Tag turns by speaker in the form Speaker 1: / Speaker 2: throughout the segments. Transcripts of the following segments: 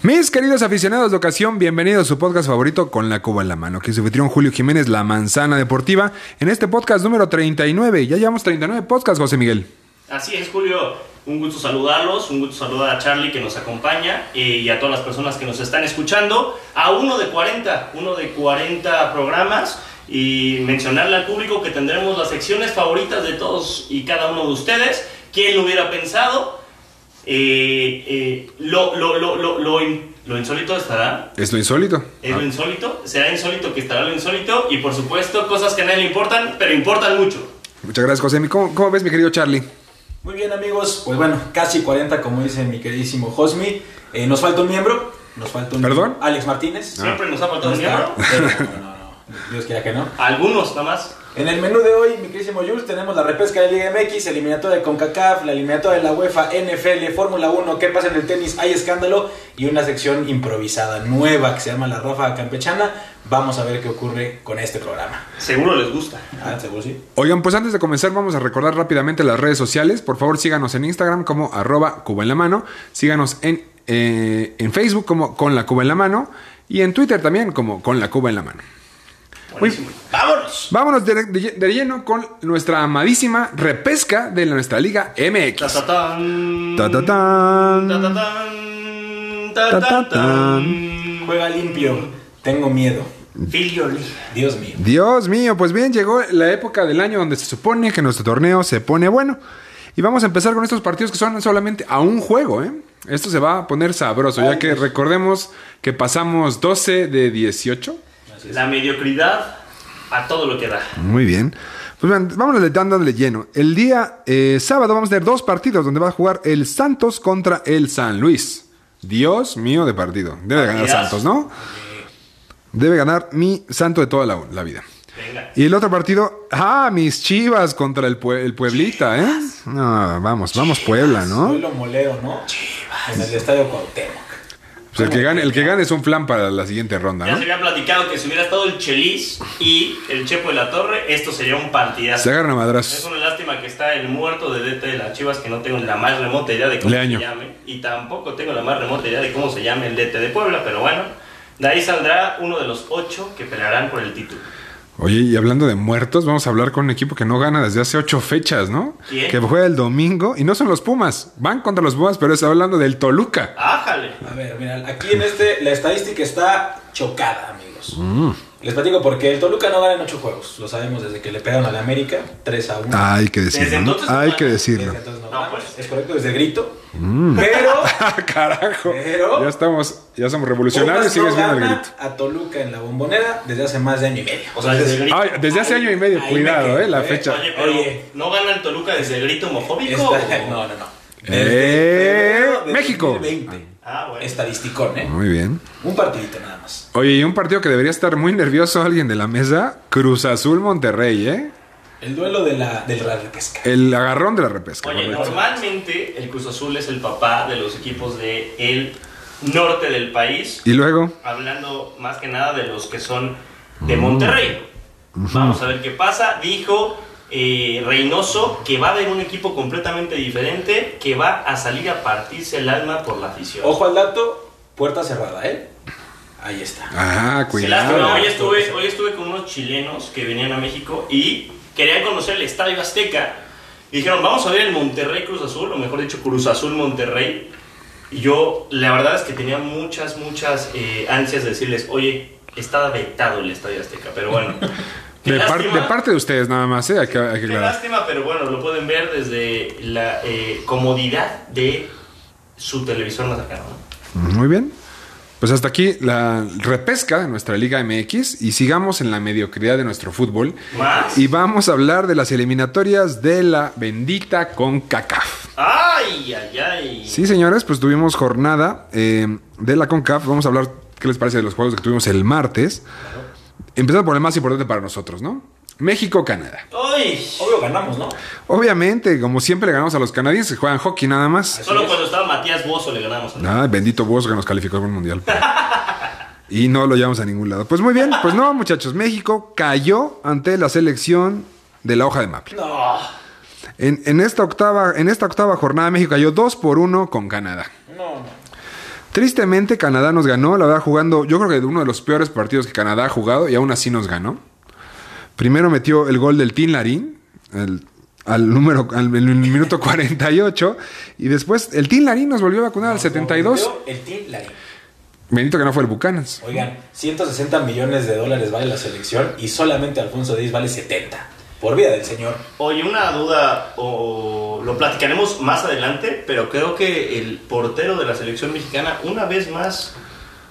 Speaker 1: Mis queridos aficionados de ocasión, bienvenidos a su podcast favorito con la Cuba en la mano. Aquí es su anfitrión Julio Jiménez, La Manzana Deportiva, en este podcast número 39. Ya llevamos 39 podcasts, José Miguel.
Speaker 2: Así es, Julio. Un gusto saludarlos, un gusto saludar a Charlie que nos acompaña eh, y a todas las personas que nos están escuchando. A uno de 40, uno de 40 programas y mencionarle al público que tendremos las secciones favoritas de todos y cada uno de ustedes. ¿Quién lo hubiera pensado? Eh, eh, lo, lo, lo, lo, lo in- lo insólito estará,
Speaker 1: Es lo insólito.
Speaker 2: es lo insólito, será insólito que estará lo insólito y por supuesto cosas que a nadie le importan, pero importan mucho.
Speaker 1: Muchas gracias, José. ¿Cómo, cómo ves, mi querido Charlie?
Speaker 3: Muy bien amigos, pues bueno, casi 40 como dice mi queridísimo Hosmi. Eh, nos falta un miembro, nos falta un
Speaker 1: ¿Perdón?
Speaker 3: Alex Martínez.
Speaker 2: Ah. Siempre nos ha faltado
Speaker 3: No está,
Speaker 2: dinero.
Speaker 3: pero no, no, no, Dios quiera que no.
Speaker 2: Algunos nada más.
Speaker 3: En el menú de hoy, mi queridísimo Jules, tenemos la repesca de Liga MX, eliminatoria de CONCACAF, la eliminatoria de la UEFA, NFL, Fórmula 1, qué pasa en el tenis, hay escándalo y una sección improvisada nueva que se llama La Ráfaga Campechana. Vamos a ver qué ocurre con este programa.
Speaker 2: Seguro les gusta.
Speaker 3: Ah, seguro sí.
Speaker 1: Oigan, pues antes de comenzar vamos a recordar rápidamente las redes sociales. Por favor, síganos en Instagram como arroba Cuba en la mano. Síganos en, eh, en Facebook como con la Cuba en la mano. Y en Twitter también como con la Cuba en la mano.
Speaker 2: Buenísimo. ¡Vámonos!
Speaker 1: Vámonos de, de- de lleno con nuestra amadísima repesca de nuestra Liga MX.
Speaker 2: Ta-ta-tan.
Speaker 1: Ta-ta-tan.
Speaker 2: Ta-ta-tan. Ta-ta-tan.
Speaker 3: Juega limpio, tengo miedo.
Speaker 2: Feel your league.
Speaker 3: Dios mío.
Speaker 1: Dios mío, pues bien, llegó la época del año donde se supone que nuestro torneo se pone bueno. Y vamos a empezar con estos partidos que son solamente a un juego, ¿eh? Esto se va a poner sabroso, ya que recordemos que pasamos 12 de 18.
Speaker 2: La mediocridad a todo lo que da.
Speaker 1: Muy bien. Pues vean, vámonos de- dándole lleno. El día eh, sábado vamos a tener dos partidos donde va a jugar el Santos contra el San Luis. Dios mío de partido. Debe de ganar
Speaker 2: Partidazo.
Speaker 1: Santos, ¿no? Debe ganar mi santo de toda la, la vida.
Speaker 2: Venga.
Speaker 1: Y el otro partido, ah, mis chivas contra el, Pue- el Pueblita, ¿eh? No, vamos, vamos Puebla, ¿no?
Speaker 3: Duelo molero, ¿no? En el estadio Cuauhtémoc.
Speaker 1: Pues el que gane, el que gane es un plan para la siguiente ronda,
Speaker 2: Ya
Speaker 1: ¿no?
Speaker 2: se había platicado que si hubiera estado el Chelis y el Chepo de la Torre, esto sería un
Speaker 1: Se
Speaker 2: partidazo.
Speaker 1: agarran a
Speaker 2: Es
Speaker 1: madrazos.
Speaker 2: una lástima que está el muerto de DT de las Chivas, que no tengo la más remota idea de cómo
Speaker 1: Leaño.
Speaker 2: se llame. Y tampoco tengo la más remota idea de cómo se llame el DT de Puebla, pero bueno. De ahí saldrá uno de los ocho que pelearán por el título.
Speaker 1: Oye, y hablando de muertos, vamos a hablar con un equipo que no gana desde hace ocho fechas, ¿no?
Speaker 2: ¿Quién?
Speaker 1: Que juega el domingo y no son los Pumas. Van contra los Pumas, pero es hablando del Toluca.
Speaker 2: ¡Ájale!
Speaker 3: A ver, mira, aquí en este la estadística está chocada, amigos.
Speaker 1: Mm.
Speaker 3: Les platico porque el Toluca no gana en ocho juegos. Lo sabemos desde que le pegaron al América 3 a 1.
Speaker 1: Hay que
Speaker 2: Desde
Speaker 1: decirlo, ¿no?
Speaker 2: entonces no
Speaker 1: Hay
Speaker 2: gana.
Speaker 1: que
Speaker 3: Desde
Speaker 1: decirlo.
Speaker 3: entonces
Speaker 2: No,
Speaker 3: no gana.
Speaker 2: pues.
Speaker 3: Es correcto, desde el grito. Pero
Speaker 1: Ah, carajo.
Speaker 3: Pero-
Speaker 1: Ya estamos, ya somos revolucionarios y
Speaker 3: Pumas
Speaker 1: sigues viendo
Speaker 3: no
Speaker 1: el
Speaker 3: gana
Speaker 1: grito.
Speaker 3: a Toluca en la bombonera desde hace más de año y medio.
Speaker 2: O sea, desde el grito.
Speaker 1: Ay, desde hace año y medio,
Speaker 3: Ahí me
Speaker 1: cuidado,
Speaker 3: quedo,
Speaker 1: eh, la
Speaker 3: eh.
Speaker 1: fecha.
Speaker 2: Oye, pero
Speaker 3: Oye.
Speaker 2: ¿no gana el Toluca desde el grito homofóbico?
Speaker 3: Esta- no, no, no.
Speaker 1: Eh,
Speaker 3: febrero de
Speaker 1: México.
Speaker 3: 2020.
Speaker 2: Ah, bueno.
Speaker 3: Estadisticón, ¿eh?
Speaker 1: Muy bien.
Speaker 3: Un partidito nada más.
Speaker 1: Oye, y un partido que debería estar muy nervioso alguien de la mesa, Cruz Azul Monterrey, ¿eh?
Speaker 3: El duelo de la, del la repesca.
Speaker 1: El agarrón de la repesca.
Speaker 2: Oye,
Speaker 1: correcto.
Speaker 2: normalmente el Cruz Azul es el papá de los equipos del norte del país,
Speaker 1: Y luego,
Speaker 2: hablando más que nada de los que son de
Speaker 3: Mm.
Speaker 2: Monterrey. Vamos a ver qué pasa. Dijo eh, Reynoso que va a haber un equipo completamente diferente que va a salir a partirse el alma por la afición.
Speaker 3: Ojo al dato, puerta cerrada, ¿eh? Ahí está.
Speaker 1: ah,
Speaker 2: Sí,
Speaker 1: cuidado.
Speaker 2: lástima, hoy estuve, hoy estuve con unos chilenos que venían a México y querían conocer el Estadio Azteca. Y dijeron, vamos a ver el Monterrey Cruz Azul, o mejor dicho, Cruz Azul Monterrey. Y yo, la verdad es que tenía muchas, muchas eh, ansias de decirles, oye, está vetado el Estadio Azteca, pero bueno. Qué
Speaker 1: De, par-
Speaker 2: lástima.
Speaker 1: de parte de ustedes nada más, ¿eh? Hay que, hay que
Speaker 2: Qué
Speaker 1: aclarar.
Speaker 2: lástima, pero bueno, lo pueden ver desde la eh, comodidad de su televisor más cercano. ¿no?
Speaker 1: Muy bien. Pues hasta aquí la repesca de nuestra Liga MX y sigamos en la mediocridad de nuestro fútbol.
Speaker 2: ¿Más?
Speaker 1: Y vamos a hablar de las eliminatorias de la bendita CONCACAF.
Speaker 2: ¡Ay, ay, ay!
Speaker 1: Sí, señores, pues tuvimos jornada eh, de la CONCAF. Vamos a hablar ¿Qué les parece de los juegos que tuvimos el martes? Empezando por el más importante para nosotros, ¿no? México-Canadá.
Speaker 2: ¡Ay!
Speaker 3: Obvio ganamos, ¿no?
Speaker 1: Obviamente, como siempre le ganamos a los canadienses, que juegan hockey nada más.
Speaker 2: Solo cuando estaba Matías Bozo le ganamos. ¿no?
Speaker 1: Ah, bendito Bosco que nos calificó para el mundial. Y no lo llevamos a ningún lado. Pues muy bien, pues no, muchachos. México cayó ante la selección de la hoja de maple.
Speaker 2: No.
Speaker 1: En, en esta, octava, en esta octava jornada, México cayó 2 por 1 con Canadá.
Speaker 3: No, no.
Speaker 1: Tristemente, Canadá nos ganó, la verdad, jugando, yo creo que uno de los peores partidos que Canadá ha jugado y aún así nos ganó. Primero metió el gol del Tin Larín el- al número, al, en el minuto 48, y después el Tin Larín nos volvió a vacunar al 72.
Speaker 3: El Team Larín.
Speaker 1: Bendito que no fue el Bucanas.
Speaker 3: Oigan, 160 millones de dólares vale la selección y solamente Alfonso Díaz vale 70. Por vida del señor.
Speaker 2: Oye, una duda, o lo platicaremos más adelante, pero creo que el portero de la selección mexicana, una vez más,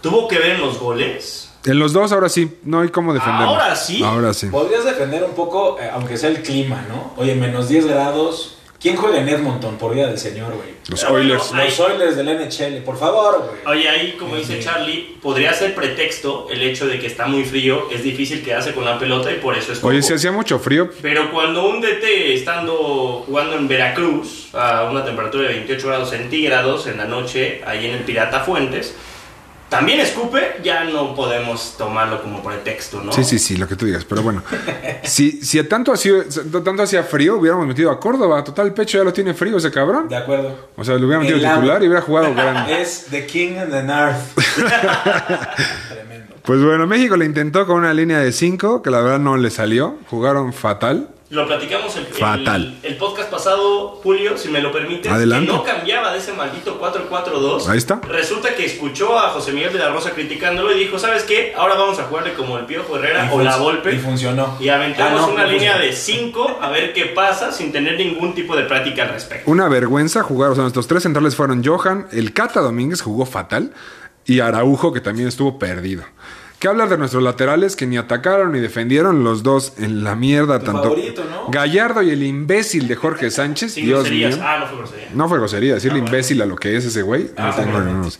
Speaker 2: tuvo que ver en los goles.
Speaker 1: En los dos, ahora sí, no hay cómo defenderlo.
Speaker 2: ¿Ahora sí?
Speaker 1: Ahora sí.
Speaker 3: Podrías defender un poco, eh, aunque sea el clima, ¿no? Oye, menos 10 grados. ¿Quién juega en Edmonton? Por vida del señor, güey.
Speaker 1: Los
Speaker 2: Pero bueno,
Speaker 1: Oilers.
Speaker 2: ahí-
Speaker 3: Los Oilers del NHL, por favor, güey.
Speaker 2: Oye, ahí, como dice Charlie, podría ser pretexto el hecho de que está muy frío, es difícil quedarse con la pelota y por eso es
Speaker 1: Oye,
Speaker 2: poco.
Speaker 1: si hacía mucho frío.
Speaker 2: Pero cuando un DT estando jugando en Veracruz a una temperatura de 28 grados centígrados en la noche, ahí en el Pirata Fuentes, también escupe, ya no podemos tomarlo como pretexto, ¿no?
Speaker 1: Sí, sí, sí, lo que tú digas. Pero bueno, si, si tanto, hacía, tanto hacía frío, hubiéramos metido a Córdoba. Total, el pecho ya lo tiene frío ese cabrón.
Speaker 3: De acuerdo.
Speaker 1: O sea, lo hubiera metido
Speaker 3: El amo.
Speaker 1: titular y hubiera jugado grande.
Speaker 3: Es The King and the North. Tremendo.
Speaker 1: Pues bueno, México le intentó con una línea de 5, que la verdad no le salió. Jugaron fatal.
Speaker 2: Lo platicamos el, el-
Speaker 1: Fatal.
Speaker 2: el podcast pasado, Julio, si me lo permites,
Speaker 1: Adelante.
Speaker 2: que no cambiaba de ese maldito 4-4-2.
Speaker 1: Ahí está.
Speaker 2: Resulta que escuchó a José Miguel de la Rosa criticándolo y dijo, ¿sabes qué? Ahora vamos a jugarle como el Piojo Herrera
Speaker 3: Y
Speaker 2: o
Speaker 3: fun-
Speaker 2: la
Speaker 3: Y
Speaker 2: Volpe.
Speaker 3: funcionó.
Speaker 2: Y aventamos
Speaker 3: Ah, no,
Speaker 2: una
Speaker 3: no
Speaker 2: línea
Speaker 3: funcionó.
Speaker 2: de 5 a ver qué pasa sin tener ningún tipo de práctica al respecto.
Speaker 1: Una vergüenza jugar. O sea, nuestros tres centrales fueron Johan, el Cata Domínguez jugó fatal y Araujo, que también estuvo perdido. ¿Qué hablar de nuestros laterales que ni atacaron ni defendieron los dos en la mierda?
Speaker 3: Tu
Speaker 1: tanto
Speaker 3: favorito, ¿no?
Speaker 1: Gallardo y el imbécil de Jorge Sánchez.
Speaker 2: Sin
Speaker 1: Dios mío.
Speaker 2: groserías. Ah, no fue grosería.
Speaker 1: No fue grosería, decirle imbécil a lo que es ese güey.
Speaker 3: Ah,
Speaker 1: no tengo
Speaker 3: bueno.
Speaker 1: problemas.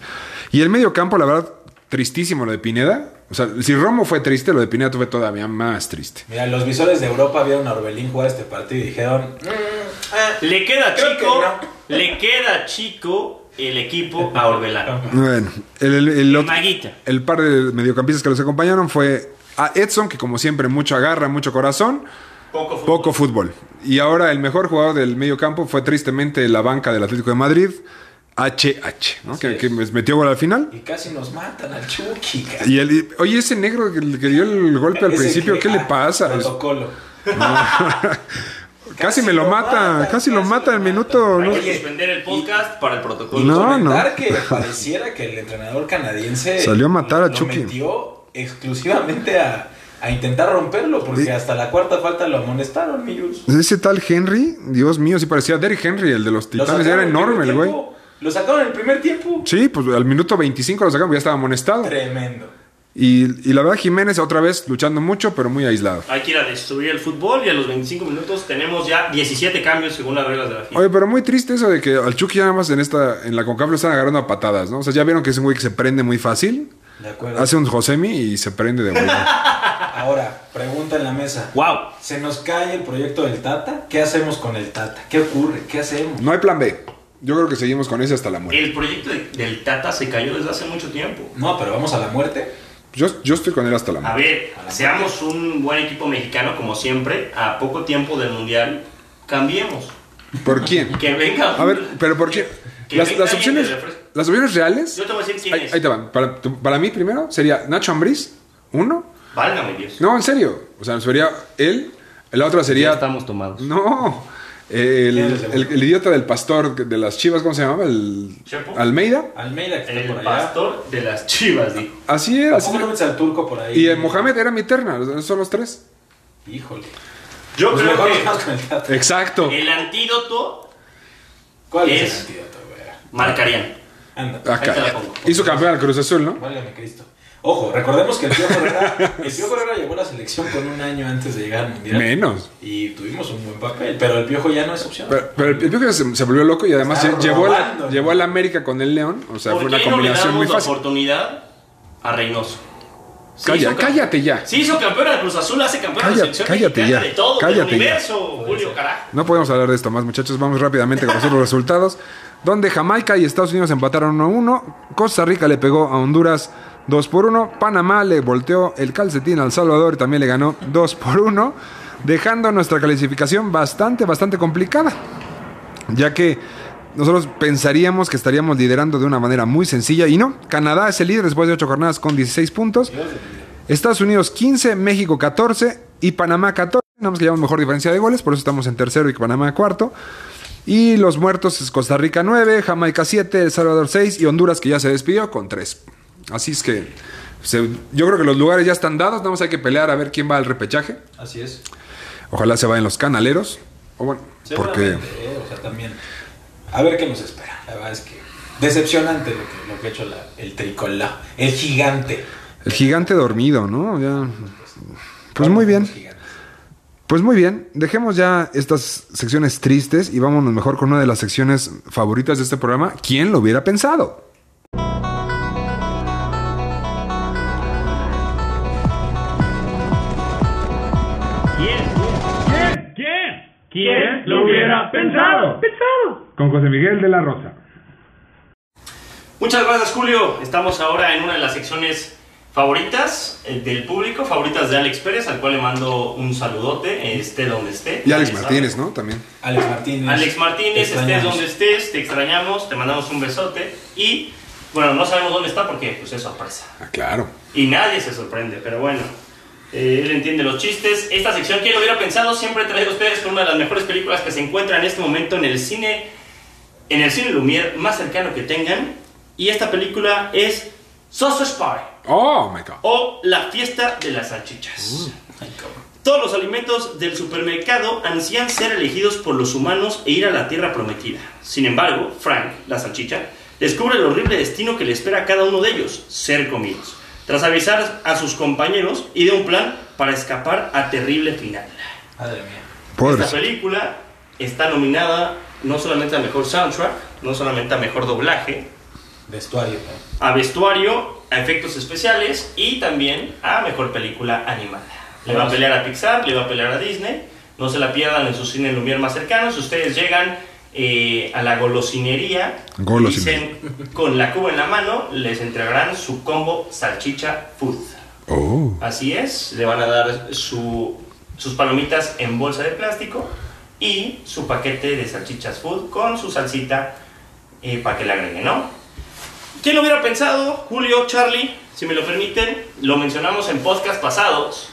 Speaker 1: Y el medio campo, la verdad, tristísimo lo de Pineda. O sea, si Romo fue triste, lo de Pineda fue todavía más triste.
Speaker 3: Mira, los visores de Europa vieron a Orbelín jugar este partido y dijeron... "Mm, ah,
Speaker 2: Le queda
Speaker 3: Creo
Speaker 2: chico,
Speaker 3: que
Speaker 2: le queda chico el equipo a Orbelán.
Speaker 1: Bueno, el, el- el otro-
Speaker 2: Maguita.
Speaker 1: el par de mediocampistas que los acompañaron fue a Edson, que como siempre, mucho agarra, mucho corazón,
Speaker 2: Poco fútbol.
Speaker 1: poco fútbol. Y ahora el mejor jugador del mediocampo fue tristemente la banca del Atlético de Madrid, HH, ¿no? que,
Speaker 3: es.
Speaker 1: que metió gol al final.
Speaker 3: Y casi nos matan al Chucky, cara.
Speaker 1: Y el, y- oye, ese negro que, que dio el golpe al
Speaker 3: Ese
Speaker 1: principio,
Speaker 3: que-
Speaker 1: ¿qué le
Speaker 3: ah,
Speaker 1: pasa?
Speaker 3: Protocolo.
Speaker 1: Casi me lo mata, casi lo mata el minuto.
Speaker 2: Hay
Speaker 1: ¿no?
Speaker 2: que suspender el podcast para el protocolo.
Speaker 1: No,
Speaker 3: Comentar
Speaker 1: no.
Speaker 3: que pareciera que el entrenador canadiense
Speaker 1: Salió a matar a
Speaker 3: lo
Speaker 1: Chucky.
Speaker 3: metió exclusivamente a, a intentar romperlo porque
Speaker 1: Sí.
Speaker 3: hasta la cuarta falta lo amonestaron, mi Jules.
Speaker 1: Ese tal Henry, Dios mío, sí parecía Derrick Henry, el de los
Speaker 3: Lo
Speaker 1: titanes,
Speaker 3: sacaron
Speaker 1: era
Speaker 3: en primer
Speaker 1: enorme el güey.
Speaker 3: tiempo. Lo sacaron en el primer tiempo.
Speaker 1: Sí, pues al minuto 25 lo sacamos, ya estaba amonestado.
Speaker 3: Tremendo.
Speaker 1: Y, y la verdad, Jiménez otra vez luchando mucho, pero muy aislado.
Speaker 2: Hay que ir a destruir el fútbol y a los 25 minutos tenemos ya 17 cambios según las reglas de la FIFA.
Speaker 1: Oye, pero muy triste eso de que al Chucky ya nada más en esta, en la CONCACAF lo están agarrando a patadas, ¿no? O sea, ya vieron que es un güey que se prende muy fácil,
Speaker 3: De acuerdo.
Speaker 1: hace un Josemi y se prende de vuelta.
Speaker 3: Ahora, pregunta en la mesa.
Speaker 2: Wow.
Speaker 3: Se nos cae el proyecto del Tata. ¿Qué hacemos con el Tata? ¿Qué ocurre? ¿Qué hacemos?
Speaker 1: No hay plan B. Yo creo que seguimos con ese hasta la muerte.
Speaker 2: El proyecto de- del Tata se cayó desde hace mucho tiempo.
Speaker 3: No, pero vamos a la muerte.
Speaker 1: Yo, yo estoy con él hasta la
Speaker 2: A
Speaker 1: muerte.
Speaker 2: ver, seamos un buen equipo mexicano como siempre, a poco tiempo del Mundial, cambiemos.
Speaker 1: ¿Por quién?
Speaker 2: Que venga.
Speaker 1: A ver, pero ¿por qué?
Speaker 2: Que
Speaker 1: Las,
Speaker 2: venga
Speaker 1: las
Speaker 2: alguien
Speaker 1: opciones,
Speaker 2: de refresco.
Speaker 1: las opciones reales.
Speaker 2: Yo te voy a decir quién
Speaker 1: Ahí,
Speaker 2: es.
Speaker 1: ahí te van. Para, tu- para mí, primero, sería Nacho Ambriz, uno.
Speaker 2: Válgame Dios.
Speaker 1: No, en serio. O sea, sería él. La otra
Speaker 2: Ya
Speaker 1: sería.
Speaker 2: estamos tomados.
Speaker 1: No. El,
Speaker 3: ¿Quién es el
Speaker 1: el- el idiota del pastor de las chivas, ¿cómo se llamaba? El
Speaker 2: ¿Chepo?
Speaker 1: Almeida.
Speaker 3: Almeida que está
Speaker 2: El
Speaker 3: por allá.
Speaker 2: pastor de las chivas, dijo.
Speaker 1: Así era. así
Speaker 3: Tampoco no
Speaker 1: era.
Speaker 3: metes al turco por ahí.
Speaker 1: Y el Mohamed era mi terna. Son los tres.
Speaker 3: Híjole.
Speaker 2: Yo
Speaker 3: Pues
Speaker 2: creo
Speaker 3: mejor
Speaker 2: que
Speaker 3: nos vamos con el Tata.
Speaker 1: Exacto.
Speaker 2: el antídoto
Speaker 3: ¿Cuál es,
Speaker 2: Es-
Speaker 3: el antídoto, güey?
Speaker 2: marcarían.
Speaker 3: Anda.
Speaker 1: Acá.
Speaker 2: te la pongo.
Speaker 1: Hizo campeón al Cruz Azul, ¿no?
Speaker 3: Válgame Cristo. Ojo, recordemos que el Piojo Herrera, el Piojo Herrera llegó a la selección con un año antes de llegar al Mundial.
Speaker 1: Menos.
Speaker 3: Y tuvimos un buen papel, pero el Piojo ya no es opción.
Speaker 1: Pero, pero el Piojo se, se volvió loco y además
Speaker 3: Está
Speaker 1: llevó a, la,
Speaker 3: robando.
Speaker 1: llevó a la América con el León. O sea, fue
Speaker 2: ¿Por
Speaker 1: una
Speaker 2: qué no le
Speaker 1: combinación
Speaker 2: damos
Speaker 1: muy
Speaker 2: la
Speaker 1: fácil.
Speaker 2: oportunidad a Reynoso. Se
Speaker 1: Calla-
Speaker 2: hizo cam-
Speaker 1: cállate ya.
Speaker 2: Se hizo campeona de Cruz Azul, hace campeona
Speaker 1: Cállate-
Speaker 2: de la selección
Speaker 1: cállate
Speaker 2: mexicana,
Speaker 1: ya.
Speaker 2: de todo,
Speaker 1: Cállate
Speaker 2: del
Speaker 1: ya.
Speaker 2: universo, Julio, carajo.
Speaker 1: No podemos hablar de esto más, muchachos. Vamos rápidamente con los otros resultados. Donde Jamaica y Estados Unidos empataron 1-1. Costa Rica le pegó a Honduras 2 por 1. Panamá le volteó el calcetín al Salvador y también le ganó 2 por 1. Dejando nuestra calificación bastante, bastante complicada. Ya que nosotros pensaríamos que estaríamos liderando de una manera muy sencilla. Y no, Canadá es el líder después de 8 jornadas con 16 puntos. Estados Unidos 15, México 14 y Panamá 14. Nada más que llevamos mejor diferencia de goles, por eso estamos en tercero y Panamá cuarto. Y los muertos es Costa Rica 9, Jamaica 7, El Salvador 6 y Honduras que ya se despidió con 3. Así es que se- yo creo que los lugares ya están dados, nada más hay que pelear a ver quién va al repechaje.
Speaker 3: Así es.
Speaker 1: Ojalá se vayan los canaleros. O bueno, porque
Speaker 3: Seguramente, eh, o sea, también. A ver qué nos espera. La verdad es que decepcionante lo que, lo que ha hecho la- el tricolá. El gigante.
Speaker 1: el gigante dormido, ¿no? Ya. Pues muy bien.
Speaker 3: Los gigantes.
Speaker 1: Pues muy bien, dejemos ya estas secciones tristes y vámonos mejor con una de las secciones favoritas de este programa. ¿Quién lo hubiera pensado?
Speaker 4: ¿Quién? ¿Quién? ¿Quién lo hubiera pensado? Pensado.
Speaker 1: Con José Miguel de la Rosa.
Speaker 2: Muchas gracias, Julio. Estamos ahora en una de las secciones favoritas eh, del público, favoritas de Alex Pérez, al cual le mando un saludote, esté donde esté.
Speaker 1: Y Alex
Speaker 2: Ya sabe.
Speaker 1: Martínez, ¿no? También.
Speaker 3: Alex Martínez.
Speaker 2: Alex
Speaker 3: Te
Speaker 2: Martínez, estés
Speaker 3: extrañamos.
Speaker 2: donde estés, te extrañamos, te mandamos un besote y bueno, no sabemos dónde está porque pues es sorpresa.
Speaker 1: Ah, claro.
Speaker 2: Y nadie se sorprende, pero bueno, eh, él entiende los chistes. Esta sección, quien lo hubiera pensado, siempre trae a ustedes con una de las mejores películas que se encuentra en este momento en el cine, en el cine Lumière más cercano que tengan. Y esta película es Sausage Party
Speaker 1: Oh, my God.
Speaker 2: o La Fiesta de las Salchichas. Todos los alimentos del supermercado ansían ser elegidos por los humanos e ir a la tierra prometida. Sin embargo, Frank, la salchicha, descubre el horrible destino que le espera a cada uno de ellos, ser comidos, tras avisar a sus compañeros y de un plan para escapar a terrible final.
Speaker 3: Madre mía.
Speaker 1: Pobres.
Speaker 2: Esta película está nominada no solamente a mejor soundtrack, no solamente a mejor doblaje,
Speaker 3: Vestuario. ¿no?
Speaker 2: a vestuario, a efectos especiales y también a mejor película animada. Le va a pelear a Pixar, le va a pelear a Disney. No se la pierdan en su cine Lumière más cercano. Si ustedes llegan eh, a la golosinería,
Speaker 1: Golosinería.
Speaker 2: dicen con la cuba en la mano, les entregarán su combo salchicha food.
Speaker 1: Oh.
Speaker 2: Así es, le van a dar su- sus palomitas en bolsa de plástico y su paquete de salchichas food con su salsita eh, para que le agreguen, ¿no? ¿Quién lo hubiera pensado? Julio, Charlie, si me lo permiten, lo mencionamos en podcast pasados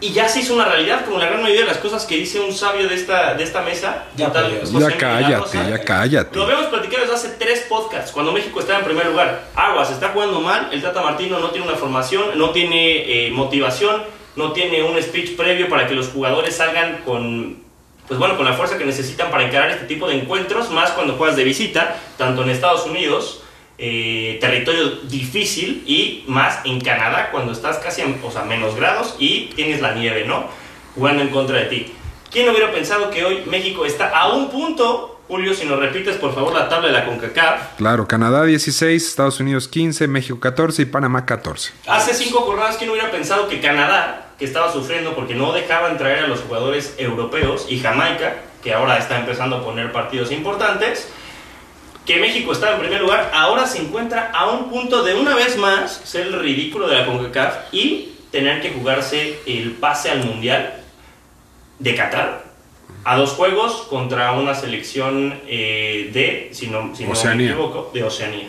Speaker 2: y ya se hizo una realidad, como la gran mayoría de las cosas que dice un sabio de esta, de esta mesa.
Speaker 3: Ya,
Speaker 2: tal José
Speaker 3: pues,
Speaker 1: Ya
Speaker 2: Miguel
Speaker 1: cállate,
Speaker 2: Arroza.
Speaker 1: ya cállate.
Speaker 2: Lo habíamos platicado desde hace tres podcasts, cuando México estaba en primer lugar. Aguas, está jugando mal, el Tata Martino no tiene una formación, no tiene eh, motivación, no tiene un speech previo para que los jugadores salgan con, pues bueno, con la fuerza que necesitan para encarar este tipo de encuentros, más cuando juegas de visita, tanto en Estados Unidos, eh, territorio difícil, y más en Canadá, cuando estás casi en, o sea, menos grados y tienes la nieve, ¿no? Jugando en contra de ti. ¿Quién hubiera pensado que hoy México está a un punto? Julio, si nos repites por favor la tabla de la CONCACAF.
Speaker 1: Claro, Canadá 16, Estados Unidos 15, México 14 y Panamá 14.
Speaker 2: Hace cinco jornadas, ¿quién hubiera pensado que Canadá, que estaba sufriendo porque no dejaban traer a los jugadores europeos, y Jamaica, que ahora está empezando a poner partidos importantes, que México estaba en primer lugar, ahora se encuentra a un punto de una vez más ser el ridículo de la CONCACAF y tener que jugarse el pase al Mundial de Qatar a dos juegos contra una selección eh, de, si no, si no me
Speaker 1: Oceanía.
Speaker 2: equivoco, de Oceanía.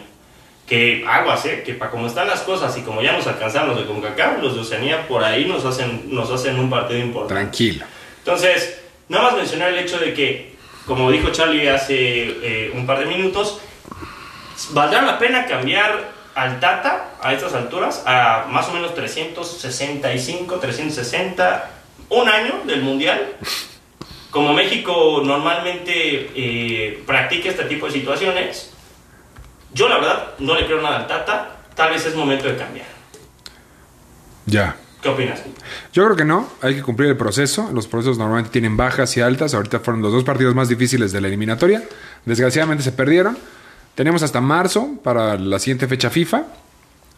Speaker 2: Que aguas, eh, que para como están las cosas y como ya nos alcanzaron los de CONCACAF, los de Oceanía por ahí nos hacen, nos hacen un partido importante.
Speaker 1: Tranquilo.
Speaker 2: Entonces, nada más mencionar el hecho de que, como dijo Charlie hace eh, un par de minutos, ¿valdrá la pena cambiar al Tata a estas alturas a más o menos 365, 360, un año del Mundial? Como México normalmente eh, practica este tipo de situaciones, yo la verdad no le creo nada al Tata, tal vez es momento de cambiar.
Speaker 1: Ya.
Speaker 2: ¿Qué opinas?
Speaker 1: Yo creo que no, hay que cumplir el proceso. Los procesos normalmente tienen bajas y altas. Ahorita fueron los dos partidos más difíciles de la eliminatoria. Desgraciadamente se perdieron. Tenemos hasta marzo para la siguiente fecha FIFA.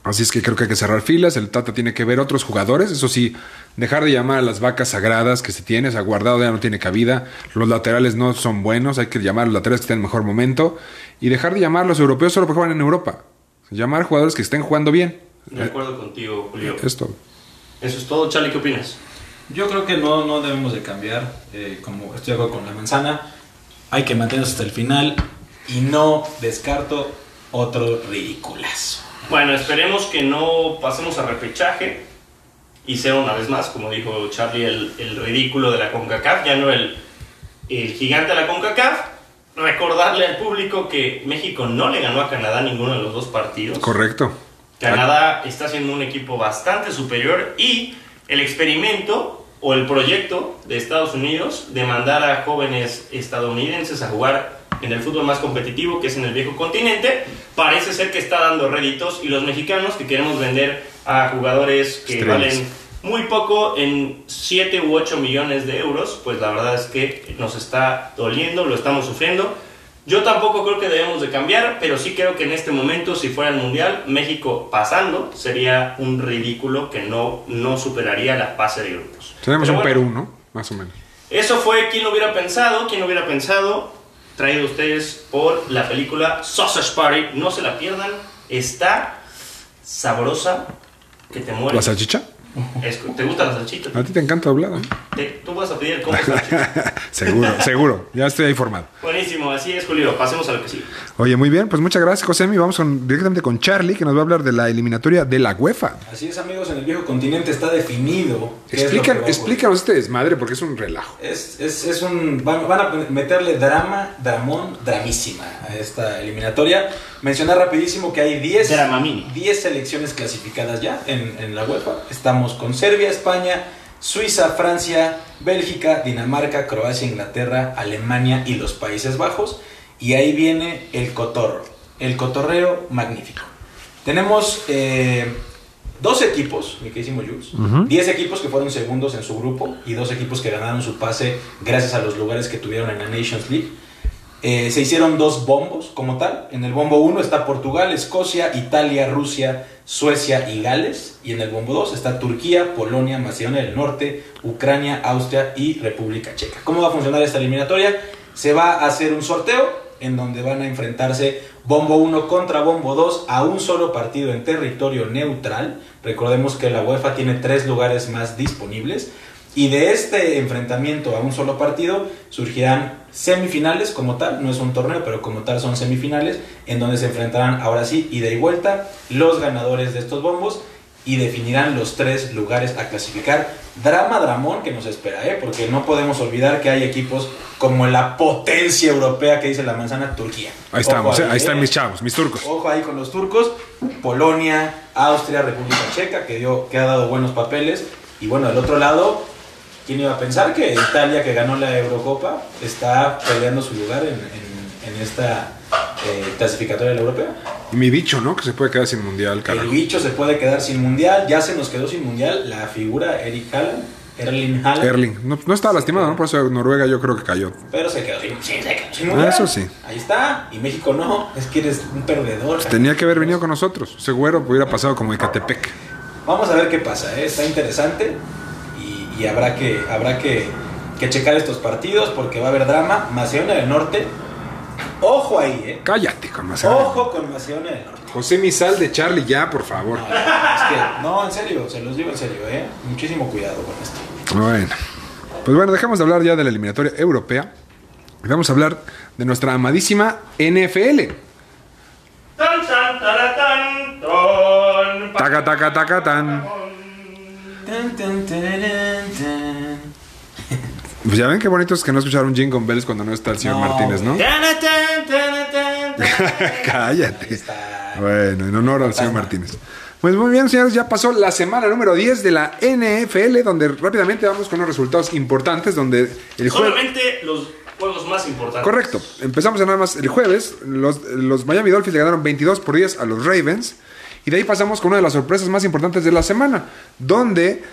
Speaker 1: Así es que creo que hay que cerrar filas. El Tata tiene que ver otros jugadores. Eso sí, dejar de llamar a las vacas sagradas que se tiene. O sea, Guardado ya no tiene cabida. Los laterales no son buenos. Hay que llamar a los laterales que estén en mejor momento. Y dejar de llamar a los europeos solo porque juegan en Europa. Llamar a jugadores que estén jugando bien.
Speaker 2: De acuerdo contigo, Julio.
Speaker 1: Esto.
Speaker 2: Eso es todo, Charlie, ¿qué opinas?
Speaker 3: Yo creo que no, no debemos de cambiar, eh, como estoy de acuerdo con la manzana, hay que mantenernos hasta el final y no descarto otro ridiculazo.
Speaker 2: Bueno, esperemos que no pasemos a repechaje y sea una vez más, como dijo Charlie, el, el ridículo de la CONCACAF, ya no el, el gigante de la CONCACAF. Recordarle al público que México no le ganó a Canadá ninguno de los dos partidos.
Speaker 1: Correcto.
Speaker 2: Canadá está siendo un equipo bastante superior y el experimento o el proyecto de Estados Unidos de mandar a jóvenes estadounidenses a jugar en el fútbol más competitivo que es en el viejo continente parece ser que está dando réditos y los mexicanos que queremos vender a jugadores que
Speaker 1: Estrellas.
Speaker 2: valen muy poco en 7 u 8 millones de euros pues la verdad es que nos está doliendo lo estamos sufriendo yo tampoco creo que debemos de cambiar, pero sí creo que en este momento, si fuera el Mundial, México pasando sería un ridículo que no, no superaría la fase de grupos.
Speaker 1: Tenemos
Speaker 2: Pero
Speaker 1: un
Speaker 2: bueno,
Speaker 1: Perú, ¿no? Más o menos.
Speaker 2: Eso fue quien lo hubiera pensado, quien lo hubiera pensado, traído a ustedes por la película Sausage Party. No se la pierdan, está sabrosa que te
Speaker 1: ¿La
Speaker 2: mueres.
Speaker 1: salchicha?
Speaker 2: Es- ¿Te gustan las salchichas?
Speaker 1: A ti te encanta hablar, ¿eh?
Speaker 2: Te- Tú vas a pedir cómo salchichas.
Speaker 1: seguro, seguro. Ya estoy ahí formado.
Speaker 2: Buenísimo, así es, Julio. Pasemos a lo que sigue.
Speaker 1: Oye, muy bien. Pues muchas gracias, Josemi. Vamos con- directamente con Charlie, que nos va a hablar de la eliminatoria de la UEFA.
Speaker 3: Así es amigos, en el viejo continente está definido. qué es lo
Speaker 1: Explica-
Speaker 3: que va a ocurrir.
Speaker 1: explícanos este desmadre, porque es un relajo.
Speaker 3: Es, es, es un. Van, van a meterle drama, dramón, dramísima a esta eliminatoria. Mencionar rapidísimo que hay 10
Speaker 2: Dramamini.
Speaker 3: 10 selecciones clasificadas ya en, en la UEFA. Estamos con Serbia, España, Suiza, Francia, Bélgica, Dinamarca, Croacia, Inglaterra, Alemania y los Países Bajos. Y ahí viene el cotorro, el cotorreo magnífico. Tenemos eh, dos equipos, mi queridísimo Jules, 10 equipos que fueron segundos en su grupo y dos equipos que ganaron su pase gracias a los lugares que tuvieron en la Nations League. Eh, se hicieron dos bombos como tal. En el bombo 1 está Portugal, Escocia, Italia, Rusia, Suecia y Gales. Y en el bombo 2 está Turquía, Polonia, Macedonia del Norte, Ucrania, Austria y República Checa. ¿Cómo va a funcionar esta eliminatoria? Se va a hacer un sorteo en donde van a enfrentarse bombo 1 contra bombo 2 a un solo partido en territorio neutral. Recordemos que la UEFA tiene tres lugares más disponibles. Y de este enfrentamiento a un solo partido surgirán semifinales como tal, no es un torneo, pero como tal son semifinales, en donde se enfrentarán ahora sí ida y vuelta los ganadores de estos bombos y definirán los tres lugares a clasificar. Drama dramón que nos espera, ¿eh? porque no podemos olvidar que hay equipos como la potencia europea que dice la manzana Turquía.
Speaker 1: Ahí estamos,
Speaker 3: Ojo
Speaker 1: ¿eh? ahí están
Speaker 3: ¿eh?
Speaker 1: mis chavos, mis turcos.
Speaker 3: Ojo ahí con los turcos, Polonia, Austria, República Checa, que, dio, que ha dado buenos papeles. Y bueno, del otro lado, ¿quién iba a pensar que Italia, que ganó la Eurocopa, está peleando su lugar en, en- en esta eh, clasificatoria de la europea?
Speaker 1: Y mi bicho, ¿no? Que se puede quedar sin mundial,
Speaker 3: El
Speaker 1: carajo.
Speaker 3: bicho se puede quedar sin mundial, ya se nos quedó sin mundial la figura Eric Haaland, Erling Haaland.
Speaker 1: Erling. No, no estaba lastimado, ¿no? Por eso Noruega yo creo que cayó.
Speaker 3: Pero se quedó sin, sí, se quedó sin
Speaker 1: Ah,
Speaker 3: mundial.
Speaker 1: eso sí. Pues
Speaker 3: Ahí está. Y México no. Es que eres un perdedor.
Speaker 1: Tenía que haber venido con nosotros. Ese güero hubiera pasado como Ecatepec.
Speaker 3: Vamos a ver qué pasa, ¿eh? está interesante y, y habrá, que, habrá que, que checar estos partidos porque va a haber drama. Macedonia del Norte, ojo ahí, ¿eh?
Speaker 1: Cállate con más.
Speaker 3: Ojo con Macedonia del Norte.
Speaker 1: José Misal de Charlie, ya, por favor.
Speaker 3: No, es que, no, en serio, se los digo en serio, ¿eh? Muchísimo cuidado con esto.
Speaker 1: Bueno. Pues bueno, dejamos de hablar ya de la eliminatoria europea. Y vamos a hablar de nuestra amadísima NFL.
Speaker 2: Tan, tan, taratán, ton.
Speaker 1: Taca, taca, taca, tan.
Speaker 3: Tan, tan, tararán, tan.
Speaker 1: Pues ya ven qué bonito es que no escucharon Jingle Bells cuando no está el señor
Speaker 3: No,
Speaker 1: Martínez, ¿no?
Speaker 2: Taratán, taratán, taratán.
Speaker 1: Cállate.
Speaker 3: Ahí está.
Speaker 1: Bueno, en honor al señor Martínez. Pues muy bien, señores, ya pasó la semana número 10 de la NFL, donde rápidamente vamos con los resultados importantes, donde el juego...
Speaker 2: Solamente los juegos más importantes.
Speaker 1: Correcto. Empezamos nada más el jueves. Los, los Miami Dolphins le ganaron 22 por 10 a los Ravens. Y de ahí pasamos con una de las sorpresas más importantes de la semana. Donde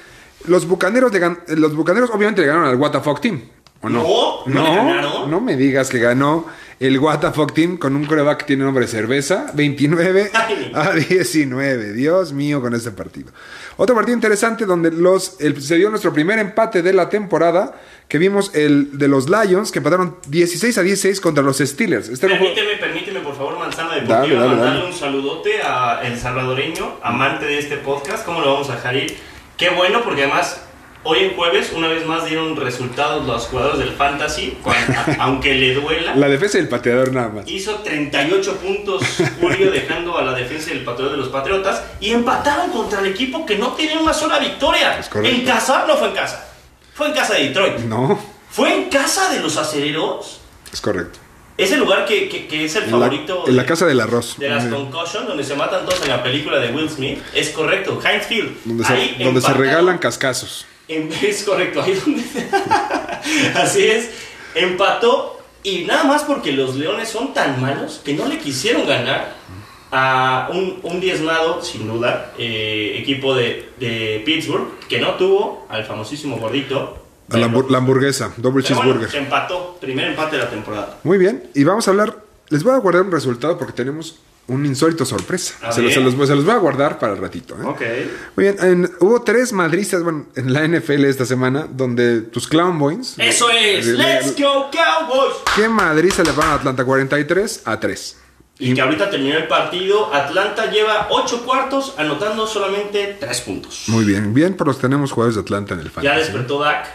Speaker 1: los bucaneros, le gan- los bucaneros obviamente le ganaron al WTF Team. ¿O no?
Speaker 2: No, ¿no le ganaron?
Speaker 1: no me digas que ganó el WTF Team con un coreback que tiene nombre de cerveza, 29
Speaker 2: Ay.
Speaker 1: a 19. Dios mío con este partido. Otro partido interesante donde los, el- se dio nuestro primer empate de la temporada, que vimos el de los Lions, que empataron 16 a 16 contra los Steelers. Este era un juego-
Speaker 2: Permíteme, permíteme, por favor, Manzana Deportiva,
Speaker 1: Dale, dale,
Speaker 2: mandarle
Speaker 1: dale.
Speaker 2: un saludote a el salvadoreño, amante de este podcast. ¿Cómo lo vamos a dejar ir? Qué bueno, porque además, hoy en jueves, una vez más dieron resultados los jugadores del Fantasy, cuan- a- aunque le duela.
Speaker 1: la defensa del pateador nada más.
Speaker 2: Hizo 38 puntos Julio dejando a la defensa del patrón de los Patriotas y empataron contra el equipo que no tenía una sola victoria.
Speaker 1: Es correcto.
Speaker 2: En casa, no fue en casa. Fue en casa de Detroit.
Speaker 1: No,
Speaker 2: Fue en casa de los acereros.
Speaker 1: es correcto.
Speaker 2: Ese lugar que, que- que es el
Speaker 1: En la,
Speaker 2: favorito
Speaker 1: en la
Speaker 2: de-
Speaker 1: casa del arroz. eh,
Speaker 2: de las Concussion, donde se matan todos en la película de Will Smith, es correcto. Heinz Field.
Speaker 1: Donde se,
Speaker 2: Ahí
Speaker 1: donde se
Speaker 2: empataron
Speaker 1: regalan cascazos.
Speaker 2: en- es correcto, ahí donde. Así es, empató y nada más porque los leones son tan malos que no le quisieron ganar a un, un diezmado, sin duda, eh, equipo de, de Pittsburgh que no tuvo al famosísimo gordito.
Speaker 1: A la, hambur- la hamburguesa, double
Speaker 2: Pero bueno,
Speaker 1: cheeseburger.
Speaker 2: se empató, primer empate de la temporada.
Speaker 1: Muy bien, y vamos a hablar. Les voy a guardar un resultado porque tenemos un insólito sorpresa.
Speaker 2: A
Speaker 1: Se los,
Speaker 2: ver.
Speaker 1: se, los, se los voy a guardar para el ratito. ¿eh? Muy bien, en- hubo tres madristas bueno, en la NFL esta semana donde tus Clown Boys.
Speaker 2: Eso es,
Speaker 1: Le- le-
Speaker 2: let's go Cowboys.
Speaker 1: ¿Qué madriza le van a Atlanta? 43 a 3.
Speaker 2: Y que ahorita terminó el partido, Atlanta lleva 8 cuartos anotando solamente 3 puntos.
Speaker 1: Muy bien, bien, pero los tenemos jugadores de Atlanta en el
Speaker 2: Ya
Speaker 1: fantasy. ¿eh?
Speaker 2: despertó Dak.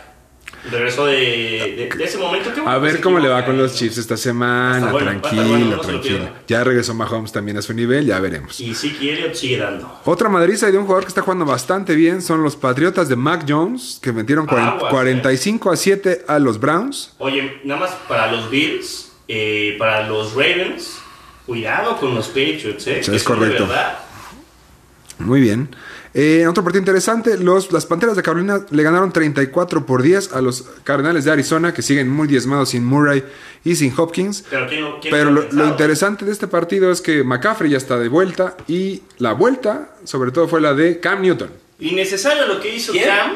Speaker 2: Regresó de, de- de ese momento. Qué bueno
Speaker 1: A
Speaker 2: que
Speaker 1: ver
Speaker 2: se
Speaker 1: cómo le va
Speaker 2: equivoca, ¿eh?
Speaker 1: con los
Speaker 2: ¿no?
Speaker 1: Chiefs esta semana.
Speaker 2: Está bueno, va a estar
Speaker 1: tranquilo,
Speaker 2: bueno, no se lo
Speaker 1: tranquilo.
Speaker 2: pierdan.
Speaker 1: Ya regresó Mahomes también a su nivel, ya veremos.
Speaker 2: Y sí, que Elliott sigue dando.
Speaker 1: Otra madriza y de un jugador que está jugando bastante bien son los Patriotas de Mac Jones, que metieron cuaren-
Speaker 2: Aguas, eh.
Speaker 1: 45 a 7 a los Browns.
Speaker 2: Oye, nada más para los Bills, eh, para los Ravens, cuidado con los Patriots, ¿eh?
Speaker 1: Sí,
Speaker 2: Que
Speaker 1: es
Speaker 2: son de
Speaker 1: correcto.
Speaker 2: verdad.
Speaker 1: Muy bien. Eh, otro partido interesante, los, las Panteras de Carolina le ganaron 34 por 10 a los Cardenales de Arizona, que siguen muy diezmados sin Murray y sin Hopkins.
Speaker 2: Pero, ¿quién lo- quién
Speaker 1: Pero
Speaker 2: lo
Speaker 1: lo, lo
Speaker 2: pensaba?
Speaker 1: interesante de este partido es que McCaffrey ya está de vuelta y la vuelta, sobre todo, fue la de Cam Newton.
Speaker 2: Innecesario lo que hizo
Speaker 3: ¿Quién?
Speaker 2: Cam.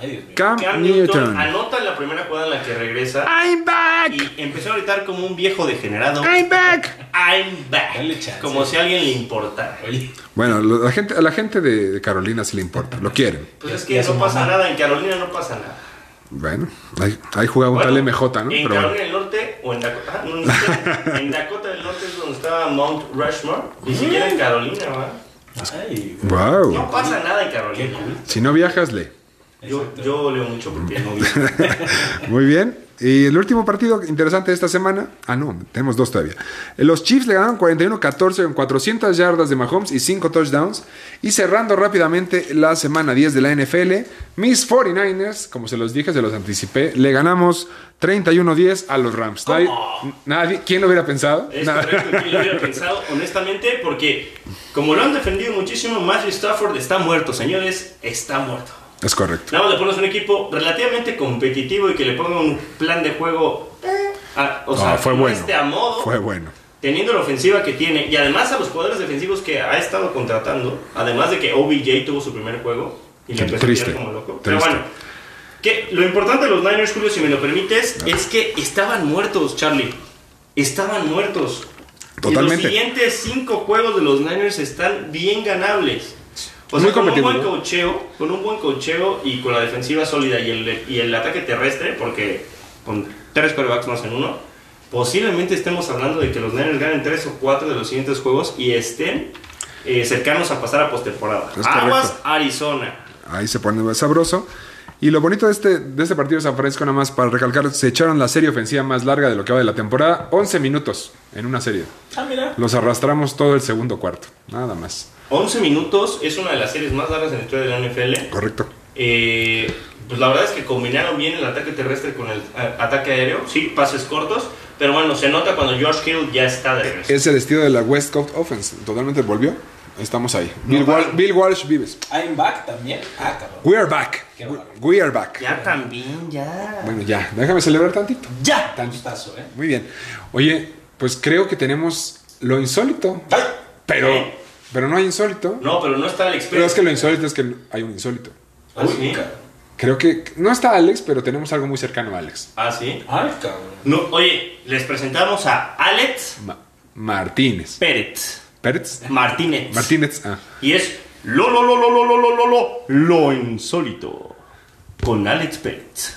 Speaker 3: Ay, Dios mío.
Speaker 1: Cam,
Speaker 2: Cam
Speaker 1: Ah, Newton.
Speaker 2: Newton anota en la primera jugada en la que regresa.
Speaker 1: I'm back.
Speaker 2: Y empezó a gritar como un viejo degenerado.
Speaker 1: I'm back.
Speaker 2: I'm back.
Speaker 3: Dale chance.
Speaker 2: Como si a alguien le importara.
Speaker 3: Oye,
Speaker 1: Bueno, lo- la gente, a la gente de, de Carolina sí le importa, lo quieren.
Speaker 2: Pues es
Speaker 3: Y
Speaker 2: que
Speaker 3: a su
Speaker 2: no pasa
Speaker 3: mamá.
Speaker 2: nada, en Carolina no pasa nada.
Speaker 1: Bueno, ahí, ahí jugaba un
Speaker 2: Bueno,
Speaker 1: tal MJ, ¿no? Pero
Speaker 2: En
Speaker 1: bueno.
Speaker 2: Carolina del Norte o en Dakota. ah, no, ni siquiera. en Dakota del Norte es donde estaba Mount Rushmore.
Speaker 1: Mm.
Speaker 2: Ni siquiera en Carolina, ¿va?
Speaker 3: ay, güey.
Speaker 1: Wow.
Speaker 2: No pasa nada en
Speaker 3: Qué
Speaker 2: Carolina.
Speaker 3: cool.
Speaker 1: Si no viajas, lee.
Speaker 2: Yo,
Speaker 3: Exacto.
Speaker 2: yo leo mucho porque no vi.
Speaker 1: Muy bien. Y el último partido interesante de esta semana. Ah, no, tenemos dos todavía. Los Chiefs le ganaron 41-14 con 400 yardas de Mahomes y 5 touchdowns. Y cerrando rápidamente la semana 10 de la NFL, mis 49ers, como se los dije, se los anticipé, le ganamos 31-10 a los Rams. Nadie, nadie- ¿Quién lo hubiera pensado?
Speaker 2: Es
Speaker 1: Nada.
Speaker 2: correcto, yo lo hubiera pensado honestamente porque, como lo han defendido muchísimo, Matthew Stafford está muerto, señores. Está muerto.
Speaker 1: Es correcto.
Speaker 2: Nada más le pones un equipo relativamente competitivo y que le ponga un plan de juego. eh, a- o
Speaker 1: No,
Speaker 2: sea,
Speaker 1: fue
Speaker 2: no
Speaker 1: bueno.
Speaker 2: esté a modo.
Speaker 1: Fue bueno.
Speaker 2: teniendo la ofensiva que tiene y además a los jugadores defensivos que ha estado contratando, además de que OBJ tuvo su primer juego y le
Speaker 1: Qué
Speaker 2: empezó
Speaker 1: triste,
Speaker 2: a tirar como loco. Pero
Speaker 1: triste.
Speaker 2: bueno, que lo importante de los Niners, Julio, si me lo permites, es que estaban muertos, Charlie. Estaban muertos. Y
Speaker 1: Totalmente.
Speaker 2: los siguientes cinco juegos de los Niners están bien ganables. O
Speaker 1: Muy
Speaker 2: sea, con un
Speaker 1: competitivos,
Speaker 2: buen
Speaker 1: ¿no?
Speaker 2: cocheo, con un buen cocheo y con la defensiva sólida y el, y el ataque terrestre, porque con tres quarterbacks más en uno, posiblemente estemos hablando de que los Niners ganen tres o cuatro de los siguientes juegos y estén eh, cercanos a pasar a postemporada.
Speaker 1: Es
Speaker 2: Aguas,
Speaker 1: correcto.
Speaker 2: Arizona.
Speaker 1: Ahí se pone más sabroso. Y lo bonito de este, de este partido de San Francisco, nada más para recalcar, se echaron la serie ofensiva más larga de lo que va de la temporada. 11 minutos en una serie.
Speaker 3: Ah, mira.
Speaker 1: Los arrastramos todo el segundo cuarto. Nada más.
Speaker 2: 11 minutos es una de las series más largas en la historia de la NFL.
Speaker 1: Correcto.
Speaker 2: Eh, pues la verdad es que combinaron bien el ataque terrestre con el a- ataque aéreo. Sí, pases cortos. Pero bueno, se nota cuando George Hill ya está de regreso.
Speaker 1: Es el estilo de la West Coast Offense. Totalmente volvió. Estamos ahí. Bill,
Speaker 2: No,
Speaker 1: Wal-
Speaker 2: no.
Speaker 1: Bill Walsh vives.
Speaker 3: I'm back también. Ah, cabrón.
Speaker 1: We are back.
Speaker 3: Qué
Speaker 1: We-
Speaker 3: bárbaro.
Speaker 1: We are back.
Speaker 2: Ya también, ya.
Speaker 1: Bueno, ya. Déjame celebrar tantito.
Speaker 2: Ya.
Speaker 3: Tan gustazo, ¿eh?
Speaker 1: Muy bien. Oye, pues creo que tenemos lo insólito.
Speaker 3: Ay,
Speaker 1: Pero,
Speaker 2: Sí.
Speaker 1: pero no hay insólito.
Speaker 2: No, pero no está el
Speaker 1: Pero
Speaker 2: experto.
Speaker 1: es que lo insólito es que hay un insólito.
Speaker 2: Ah, sí.
Speaker 3: cabrón.
Speaker 1: Creo que no está Alex, pero tenemos algo muy cercano a Alex.
Speaker 2: Ah, sí.
Speaker 3: Ay, cabrón.
Speaker 2: No, oye, les presentamos a Alex
Speaker 1: Ma- Martínez.
Speaker 2: Pérez.
Speaker 1: Pérez.
Speaker 2: Martínez.
Speaker 1: Martínez. Ah.
Speaker 2: Y es lo, lo, lo, lo, lo, lo, lo, lo, lo, lo insólito. Con Alex Pérez.